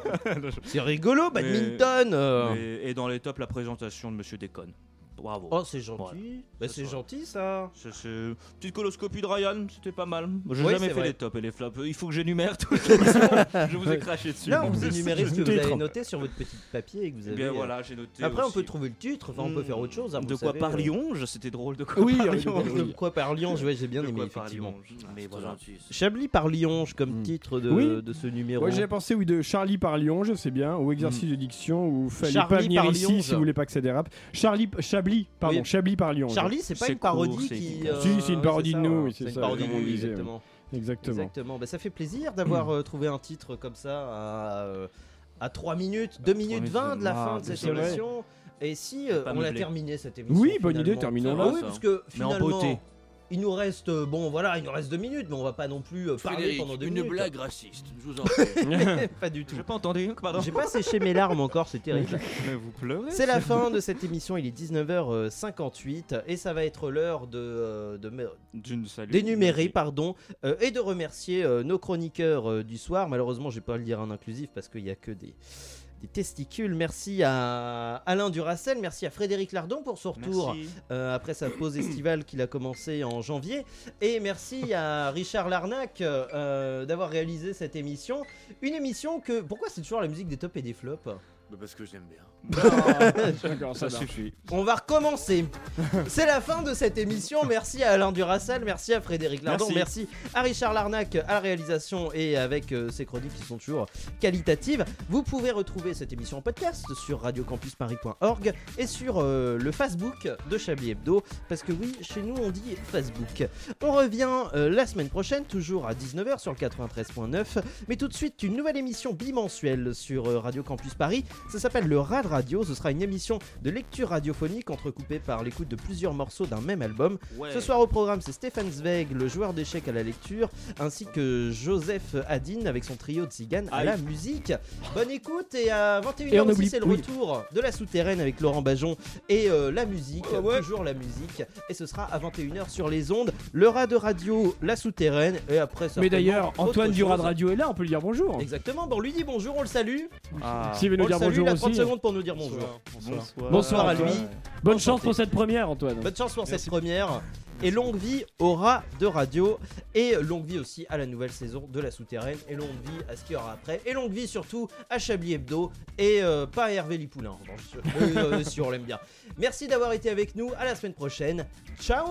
Speaker 4: C'est rigolo,
Speaker 20: Mais-
Speaker 4: badminton, euh.
Speaker 20: mais- Et dans les tops, la présentation de Monsieur Déconne. Bravo.
Speaker 4: Oh, c'est gentil.
Speaker 20: Voilà.
Speaker 4: Bah, c'est gentil ça.
Speaker 20: C'est- c'est- Petite coloscopie de Ryan, c'était pas mal. J'ai
Speaker 4: Oui, c'est
Speaker 20: jamais fait
Speaker 4: vrai.
Speaker 20: les tops et les flops. Il faut que j'énumère *laughs* tout. Je vous ai craché dessus.
Speaker 4: Là, on vous énumérez ce que vous
Speaker 20: Titre.
Speaker 4: avez noté sur votre petit papier et que vous
Speaker 20: Eh
Speaker 4: avez. euh,
Speaker 20: bien, voilà, j'ai noté
Speaker 4: Après, on
Speaker 20: aussi.
Speaker 4: peut trouver le titre. Enfin, on peut faire autre chose. hein, vous
Speaker 20: de quoi
Speaker 4: savez,
Speaker 20: parlions-je C'était drôle. De
Speaker 4: euh.
Speaker 20: quoi
Speaker 4: Oui,
Speaker 20: *laughs* parlions-je
Speaker 4: de quoi parlions-je ouais, J'ai bien
Speaker 20: De
Speaker 4: aimé
Speaker 20: quoi
Speaker 4: effectivement.
Speaker 20: parlions-je Mais voilà.
Speaker 4: Chablis par Lionge comme
Speaker 20: Hmm.
Speaker 4: titre de,
Speaker 3: Oui.
Speaker 4: de ce numéro.
Speaker 3: Ouais, j'ai pensé oui, de Charlie par Lyon, je sais bien, ou exercice de diction, ou fallait
Speaker 4: Charlie
Speaker 3: pas venir
Speaker 4: par
Speaker 3: ici
Speaker 4: Lyon,
Speaker 3: si
Speaker 4: ça.
Speaker 3: vous voulez pas que ça dérape. Charlie, Chablis, pardon,
Speaker 4: Oui.
Speaker 3: Chablis par Lyon.
Speaker 4: Charlie, c'est pas une parodie qui. euh,
Speaker 3: Si, c'est une parodie
Speaker 4: ça,
Speaker 3: de nous,
Speaker 4: ouais.
Speaker 3: oui, c'est
Speaker 4: C'est une
Speaker 3: ça,
Speaker 4: parodie de
Speaker 3: comme on
Speaker 4: nous,
Speaker 3: disait, oui.
Speaker 4: exactement.
Speaker 3: Exactement. Hmm.
Speaker 4: Exactement. Bah, ça fait plaisir d'avoir euh, trouvé un titre comme ça à, euh, à 3 minutes, 2 minutes
Speaker 3: minutes,
Speaker 4: 20 de la
Speaker 3: ah,
Speaker 4: fin de
Speaker 3: c'est
Speaker 4: cette
Speaker 3: vrai.
Speaker 4: émission. Et si euh,
Speaker 3: Pas
Speaker 4: on l'a
Speaker 3: meublé.
Speaker 4: terminé cette émission
Speaker 3: Oui, bonne idée,
Speaker 4: finalement.
Speaker 3: terminons-la.
Speaker 4: Ah oui,
Speaker 3: Ça.
Speaker 4: parce que
Speaker 3: Mais en
Speaker 4: finalement,
Speaker 3: beauté.
Speaker 4: il nous reste euh, bon voilà, il nous reste 2 minutes, mais on va pas non plus euh, parler
Speaker 21: Frédéric,
Speaker 4: pendant 2
Speaker 21: une
Speaker 4: minutes.
Speaker 21: blague raciste, je vous en prie.
Speaker 4: *laughs* pas du tout.
Speaker 20: J'ai pas entendu, pardon.
Speaker 4: J'ai pas séché mes larmes encore, c'est terrible.
Speaker 20: Mais vous pleurez.
Speaker 4: C'est la fin de cette émission, il est 19h58 et ça va être l'heure de, euh, de me- d'énumérer pardon euh, et de remercier euh, nos chroniqueurs euh, du soir. Malheureusement, je vais pas le dire en inclusif parce qu'il y a que des des testicules. Merci à Alain Duracel, merci à Frédéric Lardon pour son retour
Speaker 20: Merci.
Speaker 4: euh, après sa pause estivale qu'il a commencé en janvier. Et merci à Richard Larnac euh, d'avoir réalisé cette émission. Une émission que... Pourquoi c'est toujours la musique des tops et des flops
Speaker 21: Bah, parce que j'aime bien.
Speaker 3: *laughs*
Speaker 4: D'accord,
Speaker 21: ça
Speaker 4: va.
Speaker 21: suffit.
Speaker 4: On va recommencer. C'est la fin de cette émission. Merci à Alain Duracel, merci à Frédéric Lardon, merci.
Speaker 20: Merci.
Speaker 4: à Richard Larnac à la réalisation et avec euh, ses chroniques qui sont toujours qualitatives. Vous pouvez retrouver cette émission en podcast sur radiocampusparis.org et sur euh, le Facebook de Chablis Hebdo. Parce que oui, chez nous on dit Facebook. On revient euh, la semaine prochaine, toujours à 19h sur le 93.9. Mais tout de suite, une nouvelle émission bimensuelle sur euh, Radio Campus Paris. Ça s'appelle le Rad Radio. Ce sera une émission de lecture radiophonique entrecoupée par l'écoute de plusieurs morceaux d'un même album.
Speaker 20: Ouais.
Speaker 4: Ce soir au programme, c'est Stéphane Zweig, le joueur d'échecs à la lecture, ainsi que Joseph Adin avec son trio de Zigan à
Speaker 20: Aïe.
Speaker 4: la musique. Bonne écoute et à 21h
Speaker 3: Et on
Speaker 4: aussi,
Speaker 3: oublie-
Speaker 4: c'est le
Speaker 3: oui.
Speaker 4: retour de la souterraine avec Laurent Bajon et euh, la musique, toujours la musique. Et ce sera à 21h sur les ondes, le rat de radio, la souterraine et après ça.
Speaker 3: Mais d'ailleurs, Antoine Duras de Radio est là, on peut lui dire bonjour.
Speaker 4: Exactement, bon, on lui dit bonjour, on le salue.
Speaker 3: Ah. S'il veut nous
Speaker 4: on
Speaker 3: dire
Speaker 4: le salue,
Speaker 3: bonjour
Speaker 4: il a 30
Speaker 3: aussi.
Speaker 4: secondes pour nous dire bonjour.
Speaker 3: Bonsoir,
Speaker 4: Bonsoir à lui.
Speaker 3: Antoine. Bonne chance pour cette première, Antoine.
Speaker 4: Bonne chance pour cette première. Et longue vie au rat de radio. Et longue vie aussi à la nouvelle saison de la souterraine. Et longue vie à ce qu'il y aura après. Et longue vie surtout à Chablis Hebdo. Et euh, pas à Hervé Lipoulin. en revanche. Oui, euh, si on l'aime bien. Merci d'avoir été avec nous. À la semaine prochaine. Ciao!